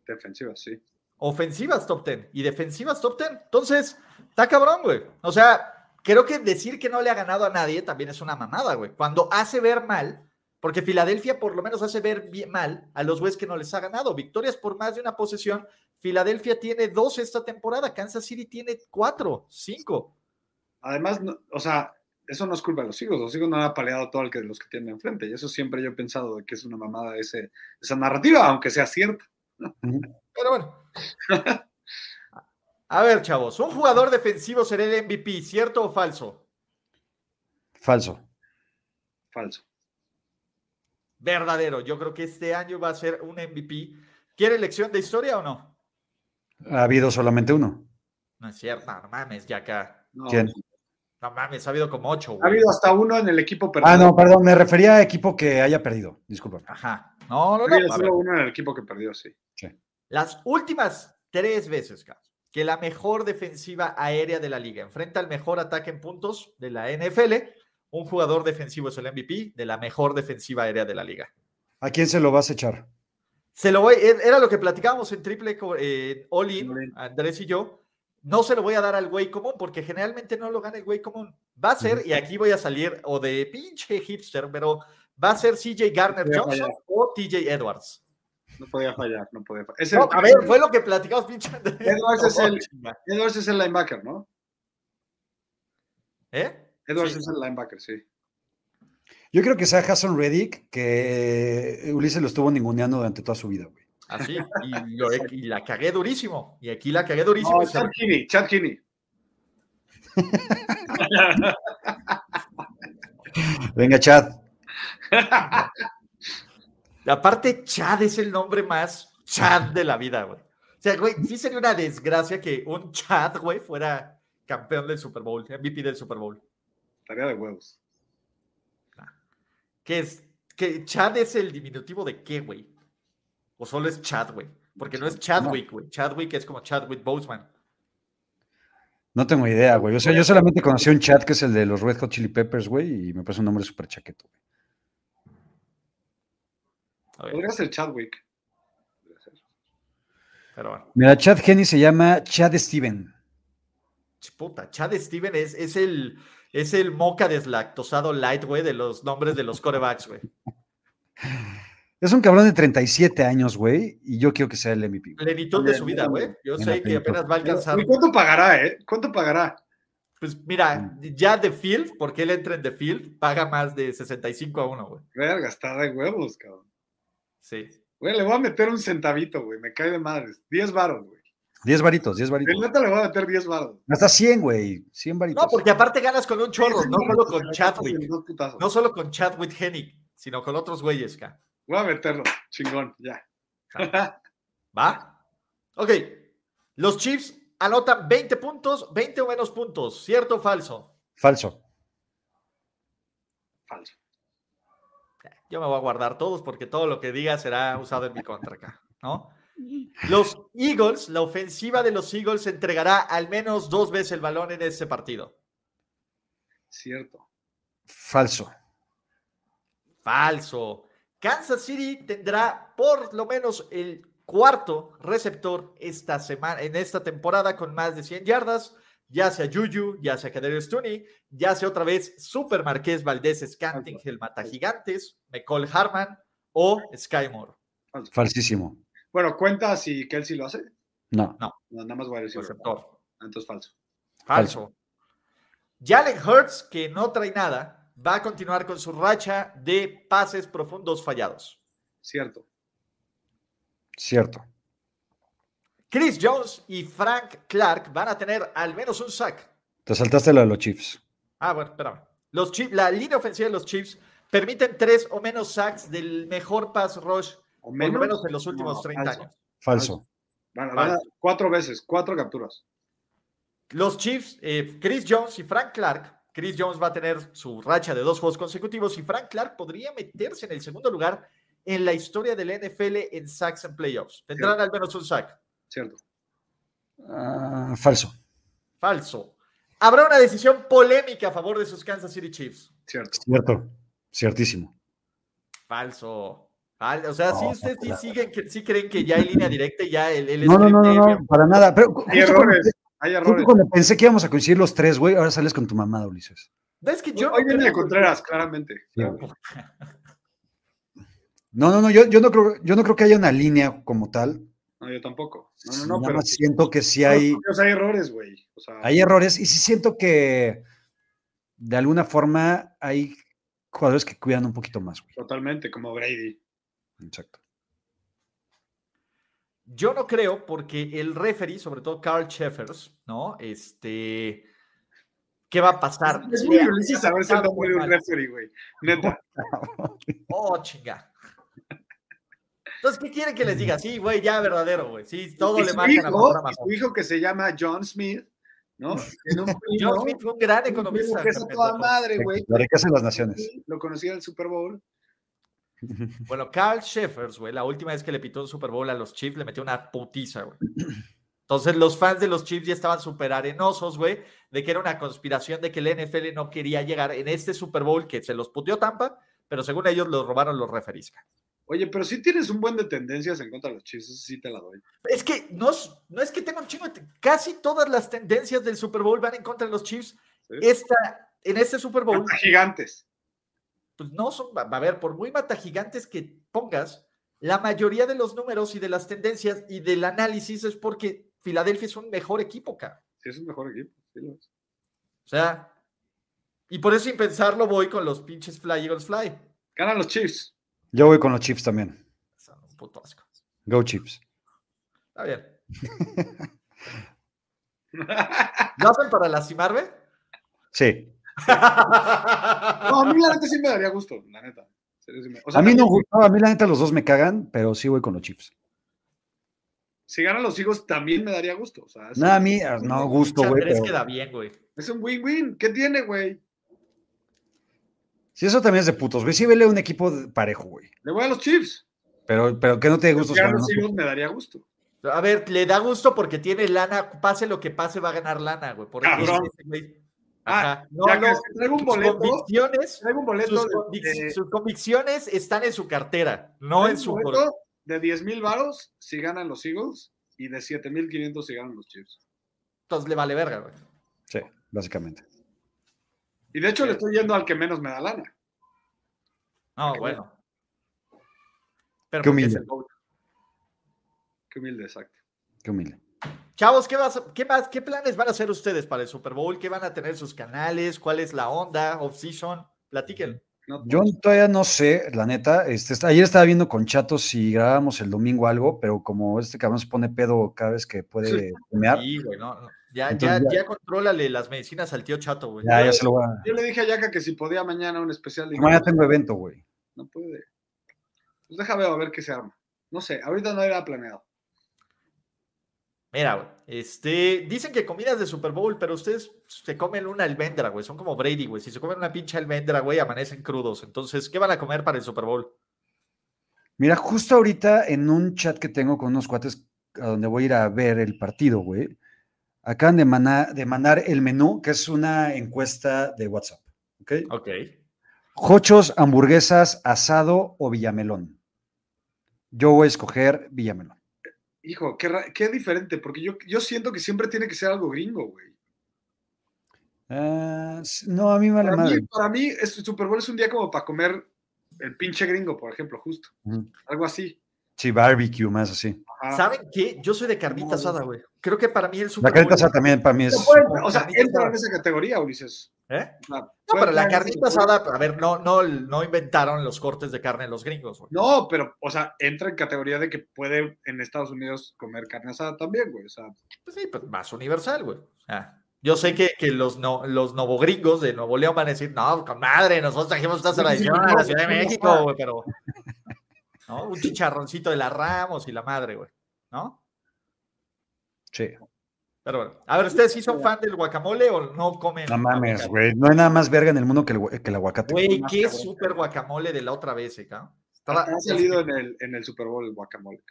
S9: Defensiva, sí.
S7: Ofensivas top 10 y defensivas top 10. Entonces, está cabrón, güey. O sea, creo que decir que no le ha ganado a nadie también es una mamada, güey. Cuando hace ver mal, porque Filadelfia por lo menos hace ver bien mal a los güeyes que no les ha ganado. Victorias por más de una posesión. Filadelfia tiene dos esta temporada. Kansas City tiene cuatro, cinco.
S9: Además, no- o sea, eso no es culpa de los Eagles. Los Eagles no han apaleado todo el que los que tienen enfrente. Y eso siempre yo he pensado de que es una mamada ese, esa narrativa, aunque sea cierta.
S7: Pero bueno. A ver, chavos, un jugador defensivo será el MVP, ¿cierto o falso?
S8: Falso.
S9: Falso.
S7: Verdadero. Yo creo que este año va a ser un MVP. ¿Quiere elección de historia o no?
S8: Ha habido solamente uno.
S7: No es cierto, no mames, ya acá.
S9: No.
S8: ¿Quién?
S7: No mames, ha habido como ocho,
S9: Ha
S7: güey.
S9: habido hasta uno en el equipo perdido.
S8: Ah, no, perdón, me refería a equipo que haya perdido, disculpa.
S7: Ajá. No, no,
S9: Ha
S7: no.
S9: habido
S7: A ver,
S9: solo uno en el equipo que perdió, sí.
S7: Las últimas tres veces, cabrón, que la mejor defensiva aérea de la liga enfrenta al mejor ataque en puntos de la NFL, un jugador defensivo es el MVP de la mejor defensiva aérea de la liga.
S8: ¿A quién se lo vas a echar?
S7: Se lo voy, er- era lo que platicábamos en triple co- eh, All In,
S9: All in.
S7: Andrés y yo. No se lo voy a dar al güey común porque generalmente no lo gana el güey común. Va a ser, y aquí voy a salir o de pinche hipster, pero va a ser CJ Garner
S9: Voy a
S7: Johnson o TJ Edwards.
S9: No podía fallar, no podía fallar. Es el-
S7: No, a ver, fue lo que platicamos, pinche (laughs) Andrés.
S9: (laughs) Edwards es
S7: No,
S9: el-
S7: chinga.
S9: Edwards es el linebacker, ¿no?
S7: ¿Eh?
S9: Edwards
S7: Sí.
S9: es el linebacker, sí.
S8: Yo creo que sea Hassan Reddick, que Ulises lo estuvo ninguneando durante toda su vida, güey.
S7: Así, y, lo- y la cagué durísimo. Y aquí la cagué durísimo.
S9: No,
S7: y se-
S9: Chad Kinney, Chad Kinney.
S8: Venga, Chad.
S7: Aparte, Chad es el nombre más Chad de la vida, güey. O sea, güey, sí sería una desgracia que un Chad, güey, fuera campeón del Super Bowl, MVP del Super Bowl.
S9: Tarea de huevos.
S7: Que es, que Chad es el diminutivo de qué, güey. O solo es Chad, güey. Porque no es Chadwick, güey. Chadwick es como Chadwick Boseman.
S8: No tengo idea, güey. O sea, yo solamente conocí un Chad que es el de los Red Hot Chili Peppers, güey, y me parece un nombre súper chaqueto. güey.
S7: A ver,
S9: Podría ser Chadwick.
S7: pero bueno.
S8: Mira, Chad Henny se llama Chad Steven.
S7: Puta, Chad Steven es, es el, es el moca deslactosado light, güey, de los nombres de los corebacks, güey.
S8: Es un cabrón de 37 años, güey, y yo quiero que sea el MVP. güey.
S7: Plenitud de su vida, güey. Yo
S8: Mira,
S7: sé que
S8: plenitud.
S7: apenas va a alcanzar.
S9: ¿Y cuánto pagará, eh? ¿Cuánto pagará?
S7: Pues mira, ya The Field, porque él entra en The Field, paga más de 65 a 1, güey.
S9: Verga, gastada de huevos, cabrón.
S7: Sí.
S9: Güey, le voy a meter un centavito, güey. Me cae de madres. 10 varos, güey.
S8: 10 varitos, 10
S9: De
S8: varitos.
S9: neta le voy a meter 10 varos.
S8: Hasta 100, güey. 100 varitos.
S7: No, porque aparte ganas con un chorro, no solo con Chadwick,
S9: Dos putazos.
S7: no solo con Chadwick Hennig, sino con otros güeyes, ca.
S9: Voy a meterlo. Chingón, ya.
S7: ¿Va? Ok. Los Chiefs anotan 20 puntos, 20 o menos puntos. ¿Cierto o falso?
S8: Falso.
S9: Falso.
S7: Yo me voy a guardar todos porque todo lo que diga será usado en mi contra acá, ¿no? Los Eagles, la ofensiva de los Eagles entregará al menos dos veces el balón en ese partido.
S9: Cierto.
S8: Falso.
S7: Falso. Kansas City tendrá por lo menos el cuarto receptor esta semana, en esta temporada con más de 100 yardas, ya sea Juju, ya sea Kadarius Stoney, ya sea otra vez Super Marqués Valdés Scanting, el Mata Gigantes, McCall Harman o Sky Moore.
S9: Falso.
S8: Falsísimo.
S9: Bueno, cuenta si Kelsey lo hace.
S8: No.
S9: No, nada más voy a decir. Ah,
S7: Receptor.
S9: Entonces falso.
S7: Falso. Jalen Hurts, que no trae nada, va a continuar con su racha de pases profundos fallados.
S9: Cierto.
S8: Cierto.
S7: Chris Jones y Frank Clark van a tener al menos un sack.
S8: Te saltaste lo de los Chiefs.
S7: Ah, bueno, espérame. Los Chiefs, la línea ofensiva de los Chiefs permiten tres o menos sacks del mejor pass rush,
S9: O
S7: por lo menos en los últimos
S9: No,
S7: 30
S9: falso.
S7: años.
S8: Falso.
S9: Bueno, van a- cuatro veces, cuatro capturas.
S7: Los Chiefs, eh, Chris Jones y Frank Clark. Chris Jones va a tener su racha de dos juegos consecutivos y Frank Clark podría meterse en el segundo lugar en la historia del NFL en sacks en playoffs. Tendrán al menos un sack.
S9: Cierto.
S8: Ah, falso.
S7: Falso. Habrá una decisión polémica a favor de sus Kansas City Chiefs.
S9: Cierto.
S8: Cierto. Ciertísimo.
S7: Falso. Fal- o sea, si
S8: No,
S7: ustedes sí
S8: no,
S7: siguen, que, sí creen que ya hay línea directa y ya el, el
S8: No, no, no, no,
S7: script de-
S8: no, para nada. Pero ju-
S9: Hay
S8: justo cuando,
S9: errores. Hay
S8: justo
S9: errores.
S8: cuando pensé que íbamos a coincidir los tres, güey, ahora sales con tu mamada, Ulises.
S7: ¿Ves que yo
S9: Hoy
S7: no
S9: viene de
S7: creo-
S9: Contreras, claramente.
S8: Sí, güey. No, no, no, yo, yo no creo, yo no creo que haya una línea como tal.
S9: No, yo tampoco. No, no, no,
S8: Nada
S9: pero
S8: más siento que sí hay,
S9: O sea, hay errores, güey. O sea,
S8: hay errores y sí siento que de alguna forma hay jugadores que cuidan un poquito más, güey.
S9: totalmente, como Brady.
S8: Exacto.
S7: Yo no creo porque el referee, sobre todo Carl Sheffers, ¿no? Este, ¿qué va a pasar?
S9: Es muy
S7: Le ha-
S9: difícil
S7: le ha
S9: saber si
S7: marcado
S9: no de un
S7: mal.
S9: referee, güey. Neta.
S7: Oh, chinga. Entonces, ¿qué quieren que les diga? Sí, güey, ya verdadero, güey. Sí, todo
S9: Y
S7: le
S9: su
S7: marcan a
S9: hijo,
S7: Paola
S9: y
S7: Mahomes.
S9: su hijo que se llama John Smith,
S7: (laughs)
S9: ¿no? Tiene un primo,
S7: John Smith fue un gran
S9: un primo
S7: economista.
S9: que es a toda
S7: pendejo.
S9: madre, güey.
S8: La riqueza de las naciones.
S9: Lo conocí en el Super Bowl.
S7: Bueno, Carl Sheffers, güey, la última vez que le pitó un Super Bowl a los Chiefs, le metió una putiza, güey. Entonces, los fans de los Chiefs ya estaban súper arenosos, güey, de que era una conspiración de que el NFL no quería llegar en este Super Bowl que se los puteó Tampa, pero según ellos los robaron los referees. ca.
S9: Oye, pero sí tienes un buen de tendencias en contra de los Chiefs, eso sí te la doy.
S7: Es que no, es- no es que tenga un chingo, de te- casi todas las tendencias del Super Bowl van en contra de los Chiefs.
S9: Sí.
S7: Esta, en este Super Bowl,
S9: Contra Gigantes.
S7: pues no son, va va a ver, por muy matagigantes que pongas, la mayoría de los números y de las tendencias y del análisis es porque Filadelfia es un mejor equipo, cabrón.
S9: Sí, es un mejor equipo. sí lo es.
S7: O sea, y por eso sin pensarlo voy con los pinches Fly Eagles Fly.
S9: Ganan los Chiefs.
S8: Yo voy con los Chiefs también.
S7: Son un puto asco.
S8: Go Chiefs.
S7: Está bien. ¿Lo hacen para lastimarme?
S8: Sí.
S9: No, a mí (laughs) la neta sí me daría gusto, la neta. En serio, sí me- o sea,
S8: A mí no gustaba, a mí la neta los dos me cagan, pero sí voy con los Chiefs.
S9: Si ganan los Eagles también me daría gusto. O sea, es,
S8: Nada, a mí ah, no gusto, güey.
S7: Andrés
S8: pero-
S7: queda bien, güey.
S9: es un win-win. ¿Qué tiene, güey?
S8: Sí, eso también es de putos, güey. Sí, vele un equipo de- parejo, güey.
S9: Le voy a los Chiefs.
S8: Pero, pero que no te dé
S9: Si
S8: gustos.
S9: ganan
S8: cabrón,
S9: los
S8: ¿no?
S9: Eagles me daría gusto.
S7: A ver, le da gusto porque tiene lana, pase lo que pase, va a ganar lana, güey. Por eso
S9: Cabrón.
S7: es ese güey.
S9: Ah,
S7: Ajá. No,
S9: ya
S7: no,
S9: que si traigo un
S7: sus
S9: boleto,
S7: convicciones,
S9: traigo un boleto
S7: sus,
S9: de,
S7: convic-
S9: de-
S7: sus convicciones están en su cartera, no en su
S9: traigo un
S7: cor-
S9: boleto de 10 mil varos si ganan los Eagles y de 7.500 si ganan los Chiefs.
S7: Entonces le vale verga, güey.
S8: Sí, básicamente.
S9: Y de hecho le estoy yendo al que menos me da lana.
S7: No, bueno. Pero porque
S8: Qué
S7: es
S8: humilde.
S7: el GOAT.
S9: Qué humilde, exacto.
S8: Qué humilde.
S7: Chavos, ¿qué, vas, qué, más, ¿qué planes van a hacer ustedes para el Super Bowl? ¿Qué van a tener sus canales? ¿Cuál es la onda? ¿Off-season? Platiquen.
S9: No,
S8: Yo todavía no sé, la neta. Este, est- ayer estaba viendo con Chato si grabábamos el domingo algo, pero como este cabrón se pone pedo cada vez que puede mear,
S7: Sí, güey, no, no. Ya,
S8: Entonces,
S7: ya, ya contrólale las medicinas al tío chato, güey.
S8: ya, ya se lo voy a.
S9: Yo le dije a Yaka que si podía mañana un especial de
S8: Mañana tengo evento, güey.
S9: No puede. Pues deja ver a ver qué se arma. No sé, ahorita no era planeado.
S7: Mira, güey, este, dicen que comidas de Super Bowl, pero ustedes se comen una almendra, güey. Son como Brady, güey. Si se comen una pinche almendra, güey, amanecen crudos. Entonces, ¿qué van a comer para el Super Bowl?
S8: Mira, justo ahorita en un chat que tengo con unos cuates a donde voy a ir a ver el partido, güey, acaban de, mana- de mandar el menú, que es una encuesta de WhatsApp. ¿Ok?
S7: Ok.
S8: Jochos, hamburguesas, asado o villamelón. Yo voy a escoger villamelón.
S9: Hijo, qué, ra- qué diferente, porque yo, yo siento que siempre tiene que ser algo gringo, güey.
S8: Ah, s- no, a mí me vale
S9: Para mí,
S8: madre.
S9: para mí, es- Super Bowl es un día como para comer el pinche gringo, por ejemplo, justo.
S8: Ujú.
S9: Algo así.
S8: Sí, barbecue más así.
S9: Ajá.
S7: ¿Saben qué? Yo soy de carnita asada, güey. Creo que para mí el Super
S8: La
S7: Bowl-
S8: carnita asada también para mí es...
S9: Pero puede- o sea,
S7: Carnita
S9: entra en
S7: asada.
S9: esa categoría, Ulises.
S7: ¿Eh?
S9: O sea,
S7: No,
S9: puede
S7: pero la
S9: entrar en esa
S7: carnita
S9: categoría.
S7: asada, a ver, no, no, no inventaron los cortes de carne los gringos, güey.
S9: No, pero, o sea, entra en categoría de que puede en Estados Unidos comer carne asada también, güey. O sea,
S7: Pues sí, pues más universal, güey. O sea, Ah, yo sé que, que los, no, los novogringos de Nuevo León van a decir, no, con madre, nosotros trajimos esta tradición a la Ciudad de México, güey, pero. ¿no? Un chicharroncito de la Ramos y la madre, güey. ¿No?
S8: Sí.
S7: Pero bueno. A ver, ¿ustedes sí son fan del guacamole o no comen?
S8: No mames,
S7: aguacate?
S8: güey. No hay nada más verga en el mundo que el, gua- que el aguacate.
S7: Güey, qué súper guacamole de la otra vez, eh, cabrón. Estaba-
S9: ha salido en el, en el Super Bowl el guacamole.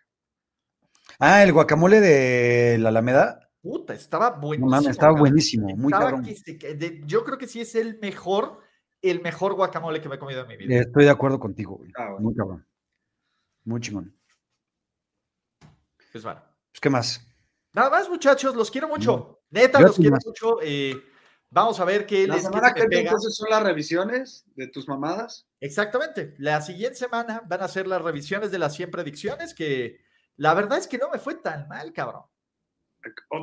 S8: Ah, el guacamole de la Alameda.
S7: Puta, estaba
S8: No
S7: buenísimo.
S8: mames, estaba
S7: cabrón.
S8: buenísimo, muy
S7: Estaba
S8: cabrón.
S7: que se ca- de- yo creo que sí es el mejor, el mejor guacamole que me he comido en mi vida.
S8: Estoy de acuerdo contigo, güey.
S9: Ah, bueno.
S8: Muy cabrón. Muy chingón.
S7: Pues bueno.
S8: Pues, ¿qué más?
S7: Nada más, muchachos, los quiero mucho. Neta,
S8: Yo a
S7: los
S8: ti
S7: quiero
S8: más.
S7: mucho. eh, vamos a ver qué
S9: La
S7: les qué
S9: semana
S7: se
S9: que
S7: me
S9: viene,
S7: pega.
S9: entonces son las revisiones de tus mamadas.
S7: Exactamente. La siguiente semana van a ser las revisiones de las 100 predicciones, que la verdad es que no me fue tan mal, cabrón.
S9: O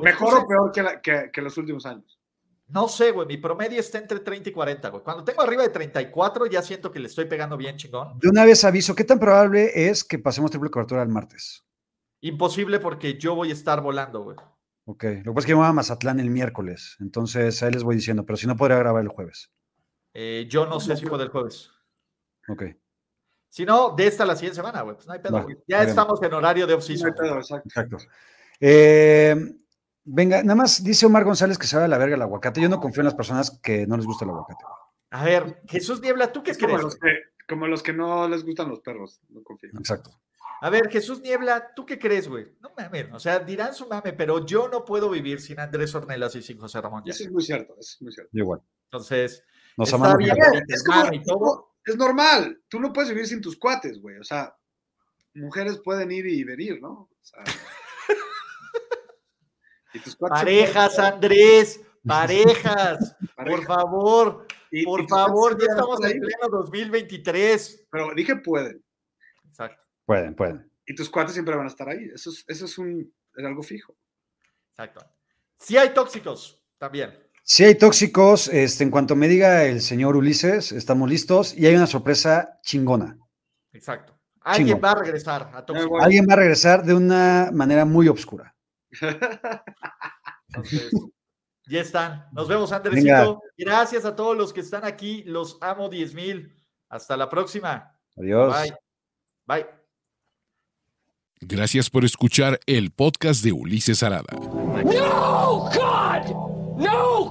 S7: Pues,
S9: mejor
S7: pues,
S9: o peor que, la- que- que los últimos años.
S7: No sé, güey, mi promedio está entre 30 y 40, güey. Cuando tengo arriba de 34, ya siento que le estoy pegando bien chingón.
S8: De una vez aviso, ¿qué tan probable es que pasemos triple cobertura el martes?
S7: Imposible porque yo voy a estar volando, güey.
S8: Ok. Lo que pasa es que yo me voy a Mazatlán el miércoles, entonces ahí les voy diciendo, pero si no, podría grabar el jueves.
S7: Eh, yo no sé si puedo el jueves.
S8: Ok.
S7: Si no, de esta a la siguiente semana, güey. Pues no hay pedo.
S8: Va,
S7: güey.
S8: muy
S7: ya
S8: bien.
S7: estamos en horario de off-season.
S9: No hay pedo, exacto.
S8: Exacto. Eh, venga, nada más dice Omar González que se va a la verga el aguacate. Yo no confío en las personas que no les gusta el aguacate.
S7: a ver, Jesús Niebla, ¿tú qué
S9: Es como
S7: crees?
S9: los, que, como los que no les gustan los perros, no confío.
S8: Exacto.
S7: A ver, Jesús Niebla, ¿tú qué crees, güey? No mames, o sea, dirán su mame, pero yo no puedo vivir sin Andrés Ornelas y sin José Ramón.
S9: Eso
S7: Yates.
S9: es muy cierto, eso es muy cierto.
S8: Yo igual.
S7: Entonces,
S8: Nos
S7: Está
S8: amamos.
S7: bien.
S8: mucho.
S7: Ahorita
S9: Es,
S7: el
S9: como-
S7: mar y todo.
S9: es normal, tú no puedes vivir sin tus cuates, güey. O sea, mujeres pueden ir y venir, ¿no? O sea, y tus cuates se
S7: parejas, Andrés,
S9: (laughs)
S7: parejas,
S9: pueden-
S7: por
S9: pareja.
S7: favor,
S9: Y- y
S7: por
S9: tus cuates
S7: favor,
S9: se
S7: ya
S9: pueden
S7: estamos
S9: estar
S7: en
S9: ahí.
S7: pleno 2023.
S9: Pero dije pueden.
S7: Exacto,
S8: Pueden, pueden.
S9: Y tus cuates siempre van a estar ahí. Eso es, eso es, un, es algo fijo.
S7: exacto. Sí hay tóxicos, también.
S8: Si hay tóxicos, este, en cuanto me diga el señor Ulises, estamos listos y hay una sorpresa chingona.
S7: Exacto. Alguien
S8: Chingo.
S7: va a regresar a tóxicos.
S9: voy.
S8: Alguien va a regresar de una manera muy obscura.
S7: Entonces, ya están. Nos vemos, Andresito. Gracias a todos los que están aquí. Los amo 10 mil. Hasta la próxima.
S8: Adiós.
S7: Bye. Bye.
S1: Gracias por escuchar el podcast de Ulises Arada.
S2: No, God! No,